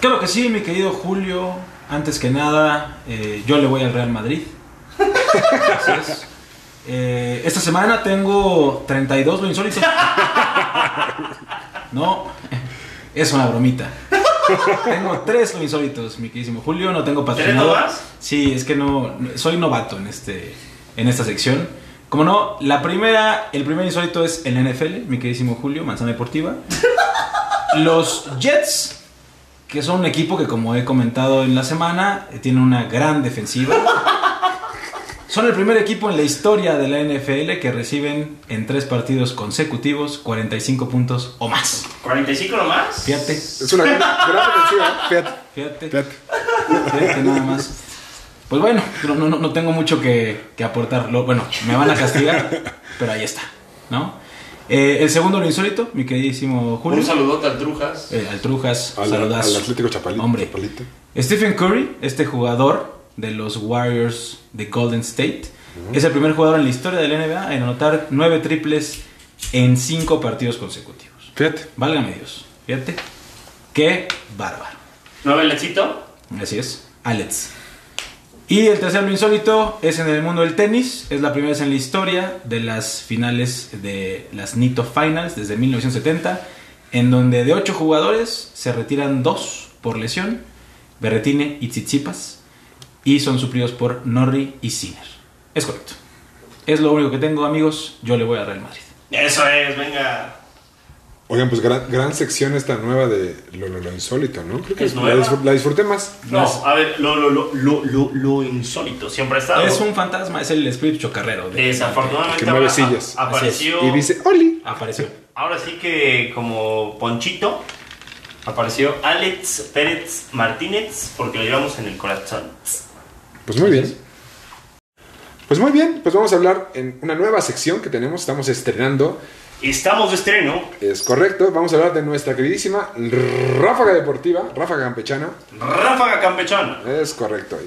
Speaker 3: Claro que sí, mi querido Julio. Antes que nada, eh, yo le voy al Real Madrid. Así es. Eh, esta semana tengo 32 lo insólito. No, es una bromita. Tengo tres lo insólitos, mi queridísimo Julio. No tengo patrocinador.
Speaker 2: nomás?
Speaker 3: Sí, es que no, no- soy novato en este, en esta sección. Como no, la primera, el primer insólito es el NFL, mi queridísimo Julio, Manzana Deportiva. Los Jets que son un equipo que, como he comentado en la semana, eh, tiene una gran defensiva. Son el primer equipo en la historia de la NFL que reciben en tres partidos consecutivos 45 puntos o más.
Speaker 2: ¿45 nomás?
Speaker 3: Fíjate,
Speaker 1: Es una gran, gran ofensiva. Fíjate.
Speaker 3: fíjate,
Speaker 1: Fíjate.
Speaker 3: fíjate nada más. Pues bueno, no, no- no tengo mucho que, que aportar. Lo- Bueno, me van a castigar, pero ahí está, ¿no? Eh, el segundo, lo insólito, mi queridísimo Julio.
Speaker 2: Un saludote al Trujas.
Speaker 3: Eh, al Trujas,
Speaker 1: Al,
Speaker 3: saludazo.
Speaker 1: al Atlético Chapalito.
Speaker 3: Hombre,
Speaker 1: Chapalito.
Speaker 3: Stephen Curry, este jugador de los Warriors de Golden State, es el primer jugador en la historia de la NBA en anotar nueve triples en cinco partidos consecutivos.
Speaker 1: Fíjate.
Speaker 3: Válgame Dios, fíjate, qué bárbaro.
Speaker 2: ¿Nueve Lexito?
Speaker 3: Así es, Alex. Y el tercer lo insólito es en el mundo del tenis. Es la primera vez en la historia de las finales de las Nito Finals desde 1970, en donde de ocho jugadores se retiran dos por lesión, Berretine y Tsitsipas, y son suplidos por Norri y Sinner. Es correcto. Es lo único que tengo, amigos. Yo le voy a Real Madrid.
Speaker 2: Eso es, venga.
Speaker 1: Oigan, pues gran, gran sección esta nueva de lo, lo- lo insólito, ¿no? Creo que
Speaker 2: ¿Es
Speaker 1: la,
Speaker 2: nueva?
Speaker 1: disfr- la disfruté más.
Speaker 2: No,
Speaker 3: Más.
Speaker 2: a ver, lo, lo, lo, lo, lo, lo insólito siempre ha estado.
Speaker 3: Es un fantasma, es el script chocarrero. de-
Speaker 2: Desafortunadamente
Speaker 1: Que mueve
Speaker 2: ahora
Speaker 1: sillas.
Speaker 2: a- apareció.
Speaker 1: Y dice, ¡Oli!
Speaker 3: Apareció.
Speaker 2: Ahora sí que como Ponchito apareció Alex Pérez Martínez porque lo llevamos en el corazón.
Speaker 1: Pues muy bien. Pues muy bien, pues vamos a hablar en una nueva sección que tenemos, estamos estrenando.
Speaker 2: Estamos de estreno.
Speaker 1: Es correcto, vamos a hablar de nuestra queridísima Ráfaga Deportiva, Ráfaga Campechana.
Speaker 2: Ráfaga Campechana.
Speaker 1: Es correcto.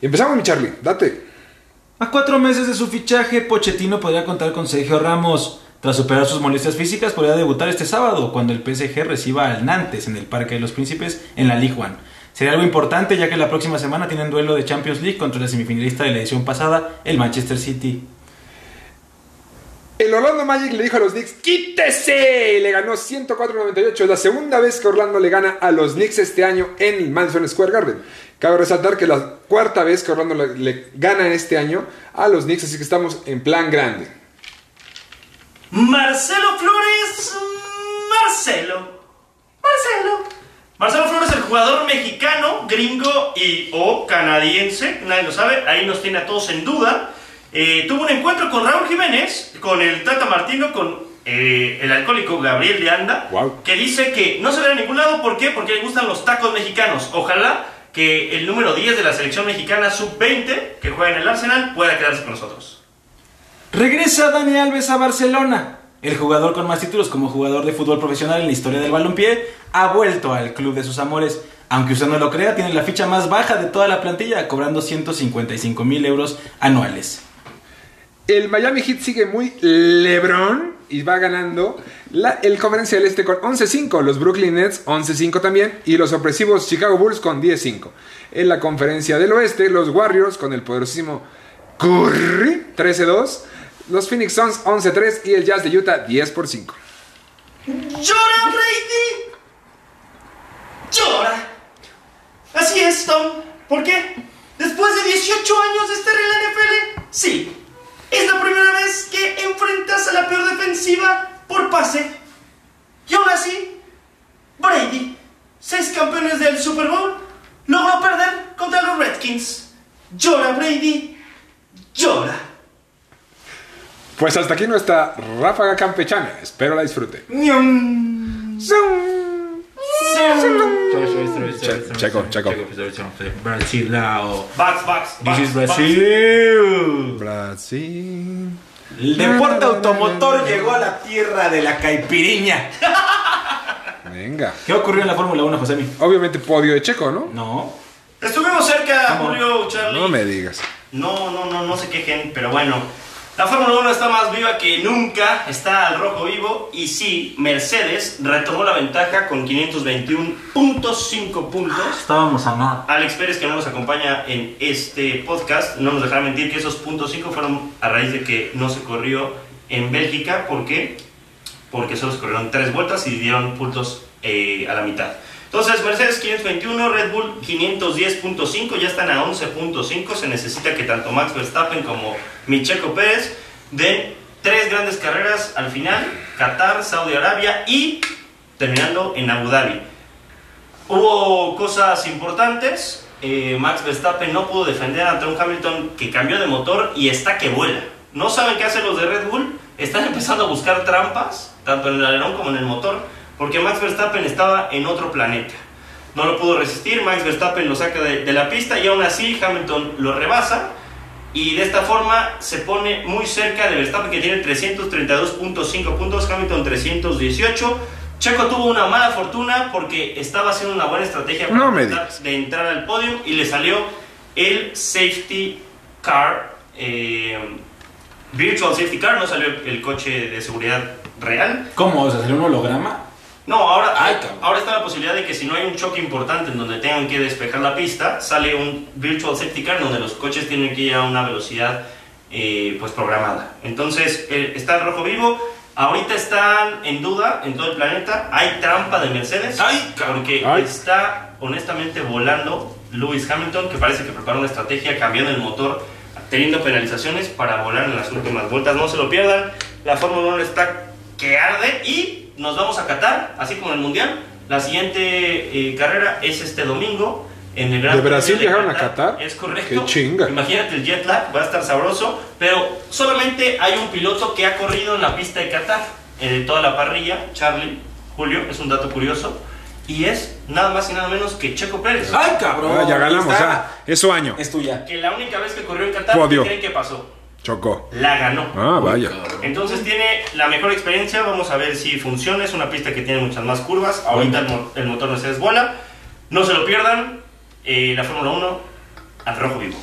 Speaker 1: Y empezamos, mi Charlie, date.
Speaker 3: A cuatro meses de su fichaje, Pochettino podría contar con Sergio Ramos. Tras superar sus molestias físicas, podría debutar este sábado, cuando el PSG reciba al Nantes en el Parque de los Príncipes en la Ligue 1. Sería algo importante ya que la próxima semana tienen duelo de Champions League contra el semifinalista de la edición pasada, el Manchester City.
Speaker 1: El Orlando Magic le dijo a los Knicks, ¡quítese! Y le ganó 104-98. Es la segunda vez que Orlando le gana a los Knicks este año en el Madison Square Garden. Cabe resaltar que es la cuarta vez que Orlando le, le gana este año a los Knicks, así que estamos en plan grande.
Speaker 2: Marcelo Flores. Marcelo. Marcelo. Marcelo Flores, el jugador mexicano, gringo y o canadiense, nadie lo sabe, ahí nos tiene a todos en duda. Eh, tuvo un encuentro con Raúl Jiménez, con el Tata Martino, con eh, el alcohólico Gabriel de Anda,
Speaker 1: Guau.
Speaker 2: que dice que no se ve a ningún lado, ¿por qué? Porque le gustan los tacos mexicanos. Ojalá que el número 10 de la selección mexicana sub-20, que juega en el Arsenal, pueda quedarse con nosotros.
Speaker 3: Regresa Dani Alves a Barcelona. El jugador con más títulos como jugador de fútbol profesional en la historia del balompié ha vuelto al club de sus amores. Aunque usted no lo crea, tiene la ficha más baja de toda la plantilla, cobrando 155 mil euros anuales.
Speaker 1: El Miami Heat sigue muy lebrón y va ganando la, el Conferencia del Este con 11-5, los Brooklyn Nets 11-5 también y los opresivos Chicago Bulls con 10-5. En la Conferencia del Oeste, los Warriors con el poderosísimo Curry 13-2, los Phoenix Suns 11-3 y el Jazz de Utah 10 por 5.
Speaker 2: ¡Llora, Brady! ¡Llora! Así es, Tom. ¿Por qué? Después de 18 años de estar en la NFL, sí. Es la primera vez que enfrentas a la peor defensiva por pase. Y aún así, Brady, seis campeones del Super Bowl, logró perder contra los Redskins. ¡Llora, Brady! ¡Llora!
Speaker 1: Pues hasta aquí nuestra ráfaga campechana, espero la disfruten. ¡Zum! Che- Checo, checo.
Speaker 3: Brasilao.
Speaker 2: Bucks, Bucks,
Speaker 3: This is Brasil.
Speaker 1: Brasil.
Speaker 3: El deporte automotor llegó a la tierra de la caipiriña.
Speaker 1: Venga.
Speaker 3: ¿Qué ocurrió en la Fórmula 1, Josemi?
Speaker 1: Obviamente podio de Checo, ¿no?
Speaker 3: No.
Speaker 2: Estuvimos cerca,
Speaker 3: ¿Cómo?
Speaker 2: Julio, Charlie.
Speaker 1: No me digas.
Speaker 2: No, no, no, no se quejen, pero bueno. La Fórmula 1 está más viva que nunca, está al rojo vivo y sí, Mercedes retomó la ventaja con 521.5 puntos.
Speaker 3: Estábamos a nada.
Speaker 2: Alex Pérez, que no nos acompaña en este podcast, no nos dejará mentir que esos puntos .5 fueron a raíz de que no se corrió en Bélgica. ¿Por qué? Porque solo se corrieron tres vueltas y dieron puntos eh, a la mitad. Entonces, Mercedes 521, Red Bull 510.5, ya están a 11.5. Se necesita que tanto Max Verstappen como Micheco Pérez den tres grandes carreras al final: Qatar, Saudi Arabia y terminando en Abu Dhabi. Hubo cosas importantes. eh, Max Verstappen no pudo defender ante un Hamilton que cambió de motor y está que vuela. No saben qué hacen los de Red Bull. Están empezando a buscar trampas, tanto en el alerón como en el motor, porque Max Verstappen estaba en otro planeta. No lo pudo resistir, Max Verstappen lo saca de, de la pista y aún así Hamilton lo rebasa. Y de esta forma se pone muy cerca de Verstappen que tiene 332.5 puntos, Hamilton 318. Checo tuvo una mala fortuna porque estaba haciendo una buena estrategia para
Speaker 1: No me
Speaker 2: tratar de entrar al podio y le salió el safety car, eh, virtual safety car, no salió el, el coche de seguridad real.
Speaker 3: ¿Cómo? ¿O sea, salió un holograma?
Speaker 2: No, ahora,
Speaker 3: Ay, cabrón.
Speaker 2: ahora está la posibilidad de que si no hay un choque importante en donde tengan que despejar la pista, sale un virtual safety car donde los coches tienen que ir a una velocidad eh, pues programada. Entonces eh, está el rojo vivo. Ahorita están en duda en todo el planeta. Hay trampa de Mercedes.
Speaker 3: Ay, cabrón.
Speaker 2: porque
Speaker 1: Ay.
Speaker 2: está honestamente volando Lewis Hamilton, que parece que prepara una estrategia cambiando el motor, teniendo penalizaciones para volar en las últimas vueltas. No se lo pierdan. La Fórmula 1 está que arde y nos vamos a Qatar, así como el Mundial. La siguiente eh, carrera es este domingo en el Gran
Speaker 1: ¿De Brasil
Speaker 2: Premio
Speaker 1: llegaron a Qatar?
Speaker 2: Es correcto.
Speaker 1: Qué chinga.
Speaker 2: Imagínate el jet lag, va a estar sabroso, pero solamente hay un piloto que ha corrido en la pista de Qatar, eh, de toda la parrilla, Charlie, Julio, es un dato curioso, y es nada más y nada menos que Checo Pérez.
Speaker 3: ¡Ay, cabrón!
Speaker 1: Ah, ya ganamos,
Speaker 3: Está-
Speaker 1: ah, es su año.
Speaker 3: Es tuya.
Speaker 2: Que la única vez que corrió en Qatar,
Speaker 1: Podio.
Speaker 2: ¿qué creen que pasó?
Speaker 1: Chocó.
Speaker 2: La ganó.
Speaker 1: Ah, vaya.
Speaker 2: Entonces tiene la mejor experiencia, vamos a ver si funciona, es una pista que tiene muchas más curvas, ahorita el, mo- el motor Mercedes vuela, no se lo pierdan, eh, la Fórmula 1 al rojo vivo.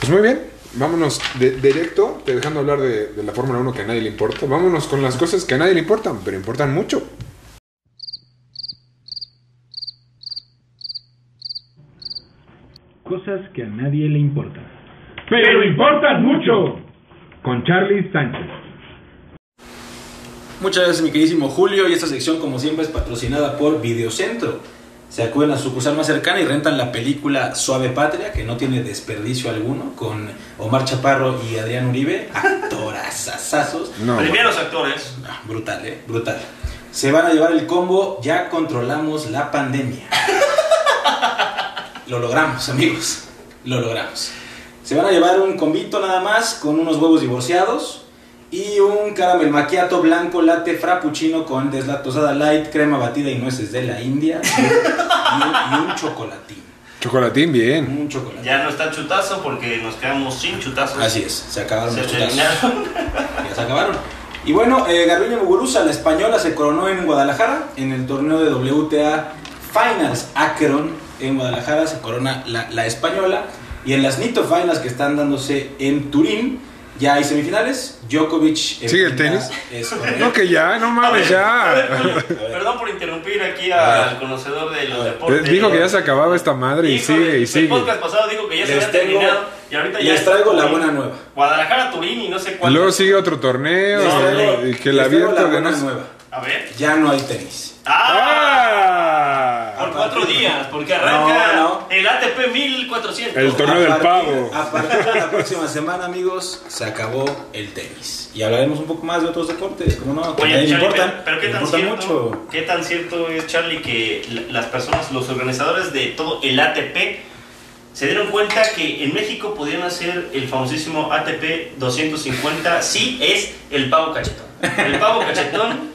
Speaker 1: Pues muy bien. Vámonos de, directo, te dejando hablar de, de la Fórmula 1 que a nadie le importa. Vámonos con las cosas que a nadie le importan, pero importan mucho.
Speaker 5: Cosas que a nadie le importan.
Speaker 4: Pero importan mucho.
Speaker 5: Con Charlie Sánchez.
Speaker 3: Muchas gracias, mi queridísimo Julio. Y esta sección, como siempre, es patrocinada por Videocentro. Se acuden a su sucursal más cercana y rentan la película Suave Patria, que no tiene desperdicio alguno, con Omar Chaparro y Adrián Uribe, actorazazazos.
Speaker 1: No.
Speaker 2: Primeros actores.
Speaker 3: Ah, Brutal, ¿eh? Brutal. Se van a llevar el combo, ya controlamos la pandemia. Lo logramos, amigos. Lo logramos. Se van a llevar un combito nada más con unos huevos divorciados y un caramel macchiato blanco latte frappuccino con deslactosada light, crema batida y nueces de la India y un, y un chocolatín.
Speaker 1: Chocolatín, bien.
Speaker 3: Un chocolatín.
Speaker 2: Ya no está chutazo porque nos quedamos sin chutazo.
Speaker 3: Así es, se acabaron
Speaker 2: Se
Speaker 3: los chutazos.
Speaker 2: terminaron.
Speaker 3: ya se acabaron. Y bueno, eh, Garbiñe Muguruza, la española, se coronó en Guadalajara en el torneo de WTA Finals Akron en Guadalajara, se corona la, la española. Y en las Nito Finals que están dándose en Turín, ya hay semifinales. Djokovic. eh,
Speaker 1: ¿Sigue el tenis?
Speaker 3: Es
Speaker 1: No, que ya, no
Speaker 2: A
Speaker 1: mames,
Speaker 2: ver, a ver,
Speaker 1: ya.
Speaker 2: Julio, Perdón por interrumpir aquí al conocedor de los deportes.
Speaker 1: Eh, Dijo que ya se acababa esta madre y
Speaker 2: Hijo,
Speaker 1: sigue y
Speaker 2: el
Speaker 1: sigue.
Speaker 2: podcast pasado dijo que ya se
Speaker 3: Les
Speaker 2: había
Speaker 3: tengo-
Speaker 2: terminado y ahorita ya
Speaker 3: les
Speaker 2: está
Speaker 3: traigo la
Speaker 2: Turín.
Speaker 3: buena nueva.
Speaker 2: Guadalajara, Turín y no sé
Speaker 1: Y
Speaker 2: cuánto.
Speaker 1: luego sigue otro torneo. eh,
Speaker 2: No,
Speaker 1: y- y que la abierta de
Speaker 3: buena
Speaker 1: no.
Speaker 3: nueva.
Speaker 2: A ver.
Speaker 3: Ya no hay tenis.
Speaker 2: ¡Ah!
Speaker 1: ¡Ah!
Speaker 2: Por cuatro días, porque arranca
Speaker 3: No, no.
Speaker 2: el ATP 1400.
Speaker 1: El torneo del pavo.
Speaker 3: A partir de la próxima semana, amigos, se acabó el tenis. Y hablaremos un poco más de otros deportes, como no, que a
Speaker 2: Oye,
Speaker 3: nadie le
Speaker 2: Charlie,
Speaker 3: importan,
Speaker 2: pero, pero qué
Speaker 3: le
Speaker 2: tan
Speaker 3: importan
Speaker 2: cierto,
Speaker 3: mucho.
Speaker 2: qué tan cierto es Charlie que la- las personas, los organizadores de todo el ATP se dieron cuenta que en México podían hacer el famosísimo ATP 250 si es el pavo cachetón. El pavo cachetón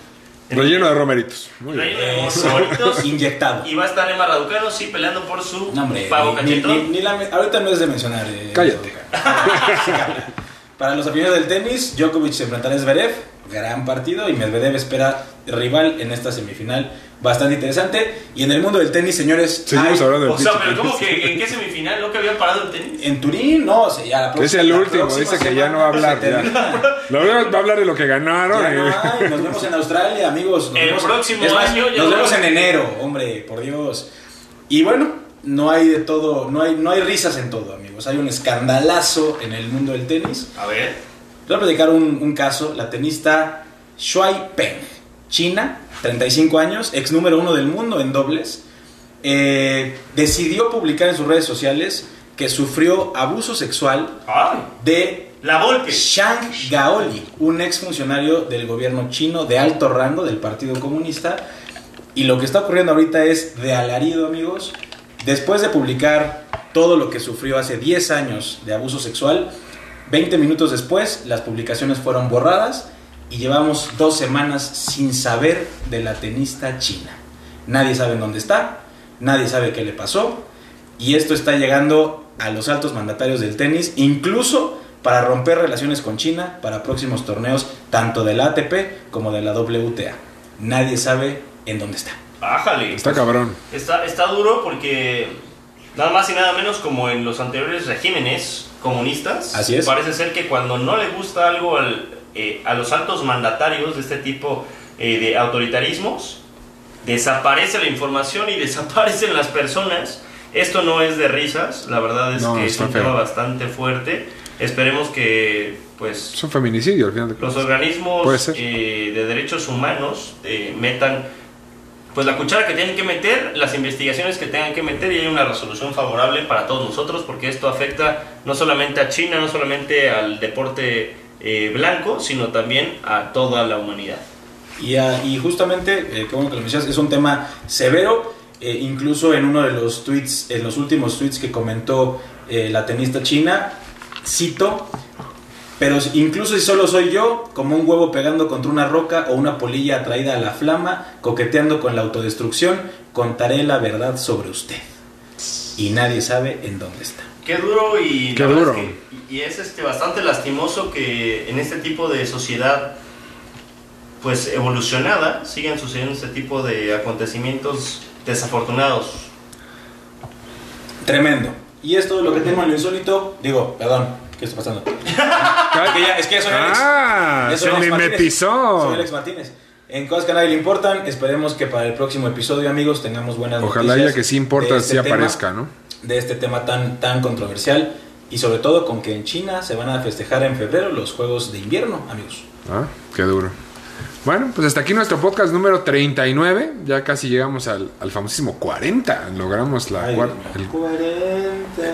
Speaker 1: Relleno de romeritos. Muy bien.
Speaker 2: relleno de
Speaker 3: Eso.
Speaker 2: favoritos
Speaker 3: Inyectado.
Speaker 2: y va a estar Emma Raducano sí peleando por su
Speaker 3: No, hombre,
Speaker 2: pavo
Speaker 3: ni, ni-
Speaker 2: cachetón.
Speaker 3: ni- ni la me- ahorita no es de mencionar. eh,
Speaker 1: Cállate.
Speaker 3: eso, cara. Para los aficionados del tenis, Djokovic se enfrentará a Zverev, gran partido, y Medvedev espera rival en esta semifinal bastante interesante. Y en el mundo del tenis, señores,
Speaker 1: Seguimos
Speaker 3: hay-
Speaker 1: hablando del
Speaker 2: O sea,
Speaker 1: pinche
Speaker 2: pero ¿cómo
Speaker 1: tenis.
Speaker 2: que en qué semifinal? ¿No que habían parado el tenis?
Speaker 3: en Turín, no, o sea, ya la próxima-
Speaker 1: Es el
Speaker 3: la
Speaker 1: último,
Speaker 3: próxima
Speaker 1: dice que ya
Speaker 3: semana
Speaker 1: no va a hablar.
Speaker 3: se
Speaker 1: ya.
Speaker 3: termina.
Speaker 1: Lo veo- va a hablar de lo que ganaron.
Speaker 3: Ya
Speaker 1: eh.
Speaker 3: no hay, nos vemos en Australia, amigos. Nos
Speaker 2: El
Speaker 3: vemos-
Speaker 2: próximo
Speaker 3: es más,
Speaker 2: año ya
Speaker 3: Nos
Speaker 2: lo-
Speaker 3: vemos en enero, hombre, por Dios. Y bueno, no hay de todo, no hay, no hay risas en todo, amigos. Hay un escandalazo en el mundo del tenis.
Speaker 2: A ver.
Speaker 3: Les voy a platicar un, un caso, la tenista Shuai Peng, China, 35 años, ex número uno del mundo en dobles, eh, decidió publicar en sus redes sociales que sufrió abuso sexual
Speaker 2: Ay,
Speaker 3: de
Speaker 2: la Volpe.
Speaker 3: Shang Gaoli, un ex funcionario del gobierno chino de alto rango del Partido Comunista. Y lo que está ocurriendo ahorita es de alarido, amigos. Después de publicar todo lo que sufrió hace 10 años de abuso sexual, 20 minutos después las publicaciones fueron borradas y llevamos dos semanas sin saber de la tenista china. Nadie sabe en dónde está, nadie sabe qué le pasó, y esto está llegando a los altos mandatarios del tenis, incluso para romper relaciones con China para próximos torneos, tanto de la ATP como de la WTA. Nadie sabe en dónde está.
Speaker 2: Bájale.
Speaker 1: Está cabrón.
Speaker 2: Está, está duro porque nada más y nada menos como en los anteriores regímenes comunistas.
Speaker 3: Así es.
Speaker 2: Parece ser que cuando no le gusta algo al, eh, a los altos mandatarios de este tipo eh, de autoritarismos, desaparece la información y desaparecen las personas. Esto no es de risas, la verdad es
Speaker 1: No,
Speaker 2: que es
Speaker 1: está
Speaker 2: un
Speaker 1: feo.
Speaker 2: tema bastante fuerte. Esperemos que pues
Speaker 1: Es un feminicidio al final de
Speaker 2: los
Speaker 1: cuentas. Puede
Speaker 2: organismos
Speaker 1: ser.
Speaker 2: eh, de derechos humanos eh, metan pues la cuchara que tienen que meter, las investigaciones que tengan que meter y hay una resolución favorable para todos nosotros porque esto afecta no solamente a China, no solamente al deporte eh, blanco, sino también a toda la humanidad.
Speaker 3: Y, ah, y justamente, eh, qué bueno que lo mencionas, es un tema severo. eh, incluso en uno de los tweets, en los últimos tweets que comentó eh, la tenista china, cito, pero incluso si solo soy yo, como un huevo pegando contra una roca o una polilla atraída a la flama, coqueteando con la autodestrucción, contaré la verdad sobre usted. Y nadie sabe en dónde está.
Speaker 2: Qué duro y
Speaker 1: Qué
Speaker 2: la verdad
Speaker 1: duro.
Speaker 2: es que- y es este bastante lastimoso que en este tipo de sociedad pues evolucionada sigan sucediendo este tipo de acontecimientos desafortunados
Speaker 3: Tremendo. Y es todo lo que tengo en lo insólito. Digo, perdón, ¿qué está pasando? Es que ya, es que ya soy Alex.
Speaker 1: Ah,
Speaker 3: Ya soy
Speaker 1: se
Speaker 3: Alex
Speaker 1: le
Speaker 3: Martínez.
Speaker 1: metizó.
Speaker 3: Soy Alex Martínez. En cosas que a nadie le importan, esperemos que para el próximo episodio, amigos, tengamos buenas
Speaker 1: Ojalá
Speaker 3: noticias.
Speaker 1: haya que sí
Speaker 3: de
Speaker 1: importa,
Speaker 3: este
Speaker 1: sí
Speaker 3: tema,
Speaker 1: aparezca, ¿no?
Speaker 3: De este tema tan, tan controversial y sobre todo con que en China se van a festejar en febrero los Juegos de Invierno, amigos.
Speaker 1: Ah, qué duro. Bueno, pues hasta aquí nuestro podcast número 39. Ya casi llegamos al, al famosísimo 40. Logramos la
Speaker 3: Ay,
Speaker 1: cuar- el-
Speaker 3: 40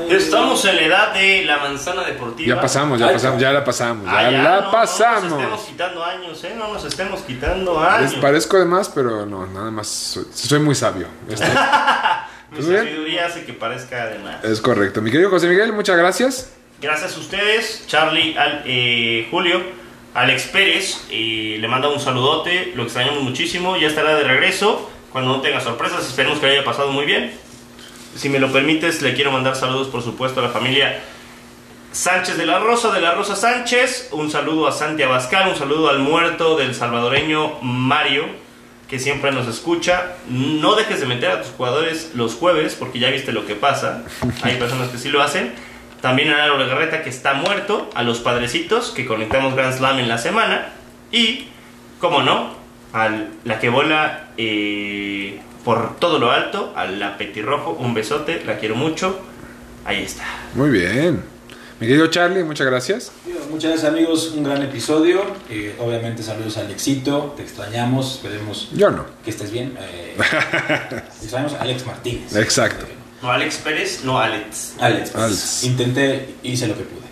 Speaker 3: y-
Speaker 2: Estamos en la edad de la manzana deportiva.
Speaker 1: Ya pasamos, ya
Speaker 3: Ay,
Speaker 1: pasamos, ya la pasamos.
Speaker 2: Ah,
Speaker 1: Ya
Speaker 2: ya, no,
Speaker 1: la
Speaker 2: No nos estemos
Speaker 1: pasamos.
Speaker 2: quitando años, ¿eh? No nos estemos quitando
Speaker 1: Les
Speaker 2: años.
Speaker 1: parezco de más, pero no, nada más. Soy, soy muy sabio. Esto
Speaker 2: Mi
Speaker 1: Pues bien.
Speaker 2: sabiduría hace que parezca además.
Speaker 1: es correcto. Mi querido José Miguel, muchas gracias.
Speaker 2: Gracias a ustedes, Charlie, al- eh, Julio, Alex Pérez. eh, le manda un saludote, lo extrañamos muchísimo. Ya estará de regreso cuando no tenga sorpresas. Esperemos que le haya pasado muy bien. Si me lo permites, le quiero mandar saludos, por supuesto, a la familia Sánchez de la Rosa, de la Rosa Sánchez. Un saludo a Santi Abascal, un saludo al muerto del salvadoreño Mario, que siempre nos escucha. No dejes de meter a tus jugadores los jueves, porque ya viste lo que pasa. Hay personas que sí lo hacen. También a Álvaro Garreta, que está muerto. A los padrecitos, que conectamos Grand Slam en la semana. Y, como no, a la que bola eh, por todo lo alto, a la Petirrojo. Un besote, la quiero mucho. Ahí está.
Speaker 1: Muy bien. Mi querido Charlie, muchas gracias.
Speaker 3: Muchas gracias, amigos. Un gran episodio. Eh, obviamente, saludos a Alexito. Te extrañamos. Esperemos
Speaker 1: Yo no.
Speaker 3: que estés bien. Eh, te extrañamos a Alex Martínez.
Speaker 1: Exacto.
Speaker 3: Eh,
Speaker 2: No Alex Pérez, no Alex.
Speaker 3: Alex. pues,
Speaker 1: Alex.
Speaker 3: Intenté, hice lo que pude.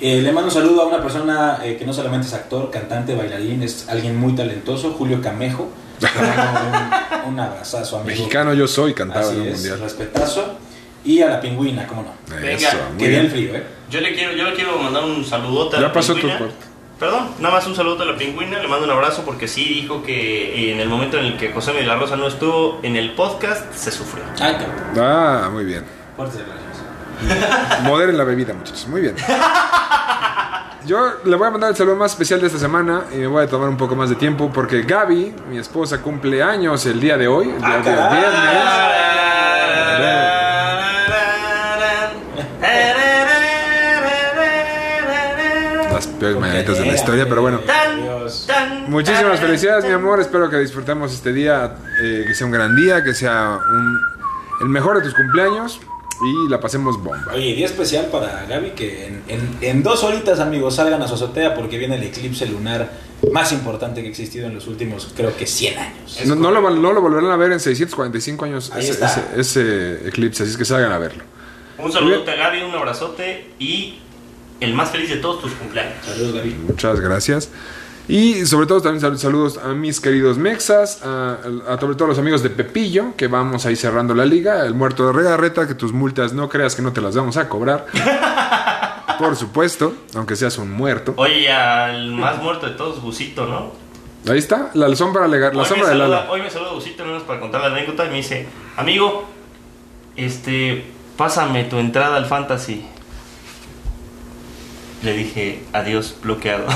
Speaker 3: Eh, le mando un saludo a una persona eh, que no solamente es actor, cantante, bailarín, es alguien muy talentoso, Julio Camejo. Le mando Un, un abrazazo, amigo.
Speaker 1: Mexicano yo soy, cantaba en
Speaker 3: Así
Speaker 1: un
Speaker 3: es,
Speaker 1: mundial.
Speaker 3: respetazo. Y a la pingüina, cómo no.
Speaker 2: Venga,
Speaker 1: Eso, muy
Speaker 3: que bien
Speaker 1: bien.
Speaker 3: el frío, ¿eh?
Speaker 2: Yo le quiero, yo le quiero mandar un saludote a
Speaker 1: Ya
Speaker 2: la
Speaker 1: pasó tu
Speaker 2: pingüina.
Speaker 1: parte.
Speaker 2: Perdón, nada más un saludo a la pingüina, le mando un abrazo porque sí dijo que eh, en el momento en el que José Miguel de la Rosa no estuvo en el podcast, se sufrió.
Speaker 3: Ay, cabrón.
Speaker 1: Ah, muy bien.
Speaker 3: Fuertes declaraciones.
Speaker 1: Moderen la bebida, muchachos. Muy bien. Yo le voy a mandar el saludo más especial de esta semana y me voy a tomar un poco más de tiempo porque Gaby, mi esposa, cumple años el día de hoy, el día
Speaker 3: Ah,
Speaker 1: de
Speaker 3: caray.
Speaker 1: viernes. Las peores mañanitas de la historia, pero bueno.
Speaker 3: Dios.
Speaker 1: Muchísimas felicidades, mi amor. Espero que disfrutemos este día, eh, que sea un gran día, que sea un- el mejor de tus cumpleaños y la pasemos bomba.
Speaker 3: Oye, día especial para Gaby que en, en- en dos horitas, amigos, salgan a su azotea porque viene el eclipse lunar más importante que ha existido en los últimos, creo que 100 años.
Speaker 1: No, no lo, van- no lo volverán a ver en 645 años
Speaker 3: Ahí
Speaker 1: ese,
Speaker 3: está.
Speaker 1: ese- ese eclipse, así es que salgan a verlo.
Speaker 2: Un saludote a Gaby, un abrazote y el más feliz de todos tus cumpleaños.
Speaker 3: Saludos, Gaby.
Speaker 1: Muchas gracias. Y sobre todo también sal- saludos a mis queridos mexas, a, a sobre todo a los amigos de Pepillo, que vamos ahí cerrando la liga, el muerto de Regarreta, que tus multas no creas que no te las vamos a cobrar. Por supuesto, aunque seas un muerto.
Speaker 2: Oye, y al más muerto de todos, Gusito, ¿no?
Speaker 1: Ahí está, la, la sombra, lega- la
Speaker 2: hoy, me
Speaker 1: sombra de
Speaker 2: saluda,
Speaker 1: Lala.
Speaker 2: hoy me saluda Gusito nada más para contar la anécdota y me dice, amigo, este, pásame tu entrada al fantasy. Le dije, adiós, bloqueado.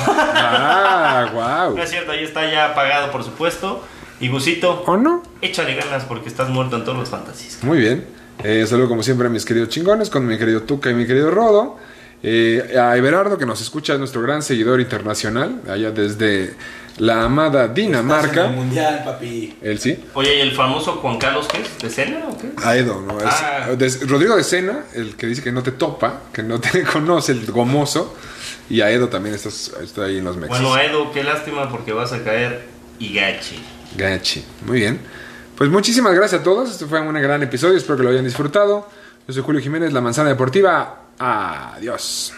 Speaker 1: Ah, wow.
Speaker 2: no es cierto, ahí está ya pagado, por supuesto. Y Gusito,
Speaker 1: ¿O no?
Speaker 2: échale ganas porque estás muerto en todos los fantasies.
Speaker 1: Muy bien. Eh, saludo como siempre a mis queridos chingones, con mi querido Tuca y mi querido Rodo. Eh, a Everardo, que nos escucha, es nuestro gran seguidor internacional, allá desde la amada
Speaker 3: Estás en el
Speaker 1: Dinamarca.
Speaker 3: mundial, papi.
Speaker 1: Él sí.
Speaker 2: Oye, ¿y el famoso Juan Carlos qué es? ¿De cena o qué?
Speaker 1: Aedo, ¿no? Es-
Speaker 2: Ah.
Speaker 1: des- Rodrigo de Sena, el que dice que no te topa, que no te conoce, el gomoso. Y Aedo también está, está ahí en los mexas.
Speaker 3: eh.
Speaker 2: Bueno, Edo, qué lástima porque vas a caer y gachi.
Speaker 1: Gachi. Muy bien. Pues muchísimas gracias a todos. Este fue un gran episodio. Espero que lo hayan disfrutado. Yo soy Julio Jiménez, La Manzana Deportiva. Adiós.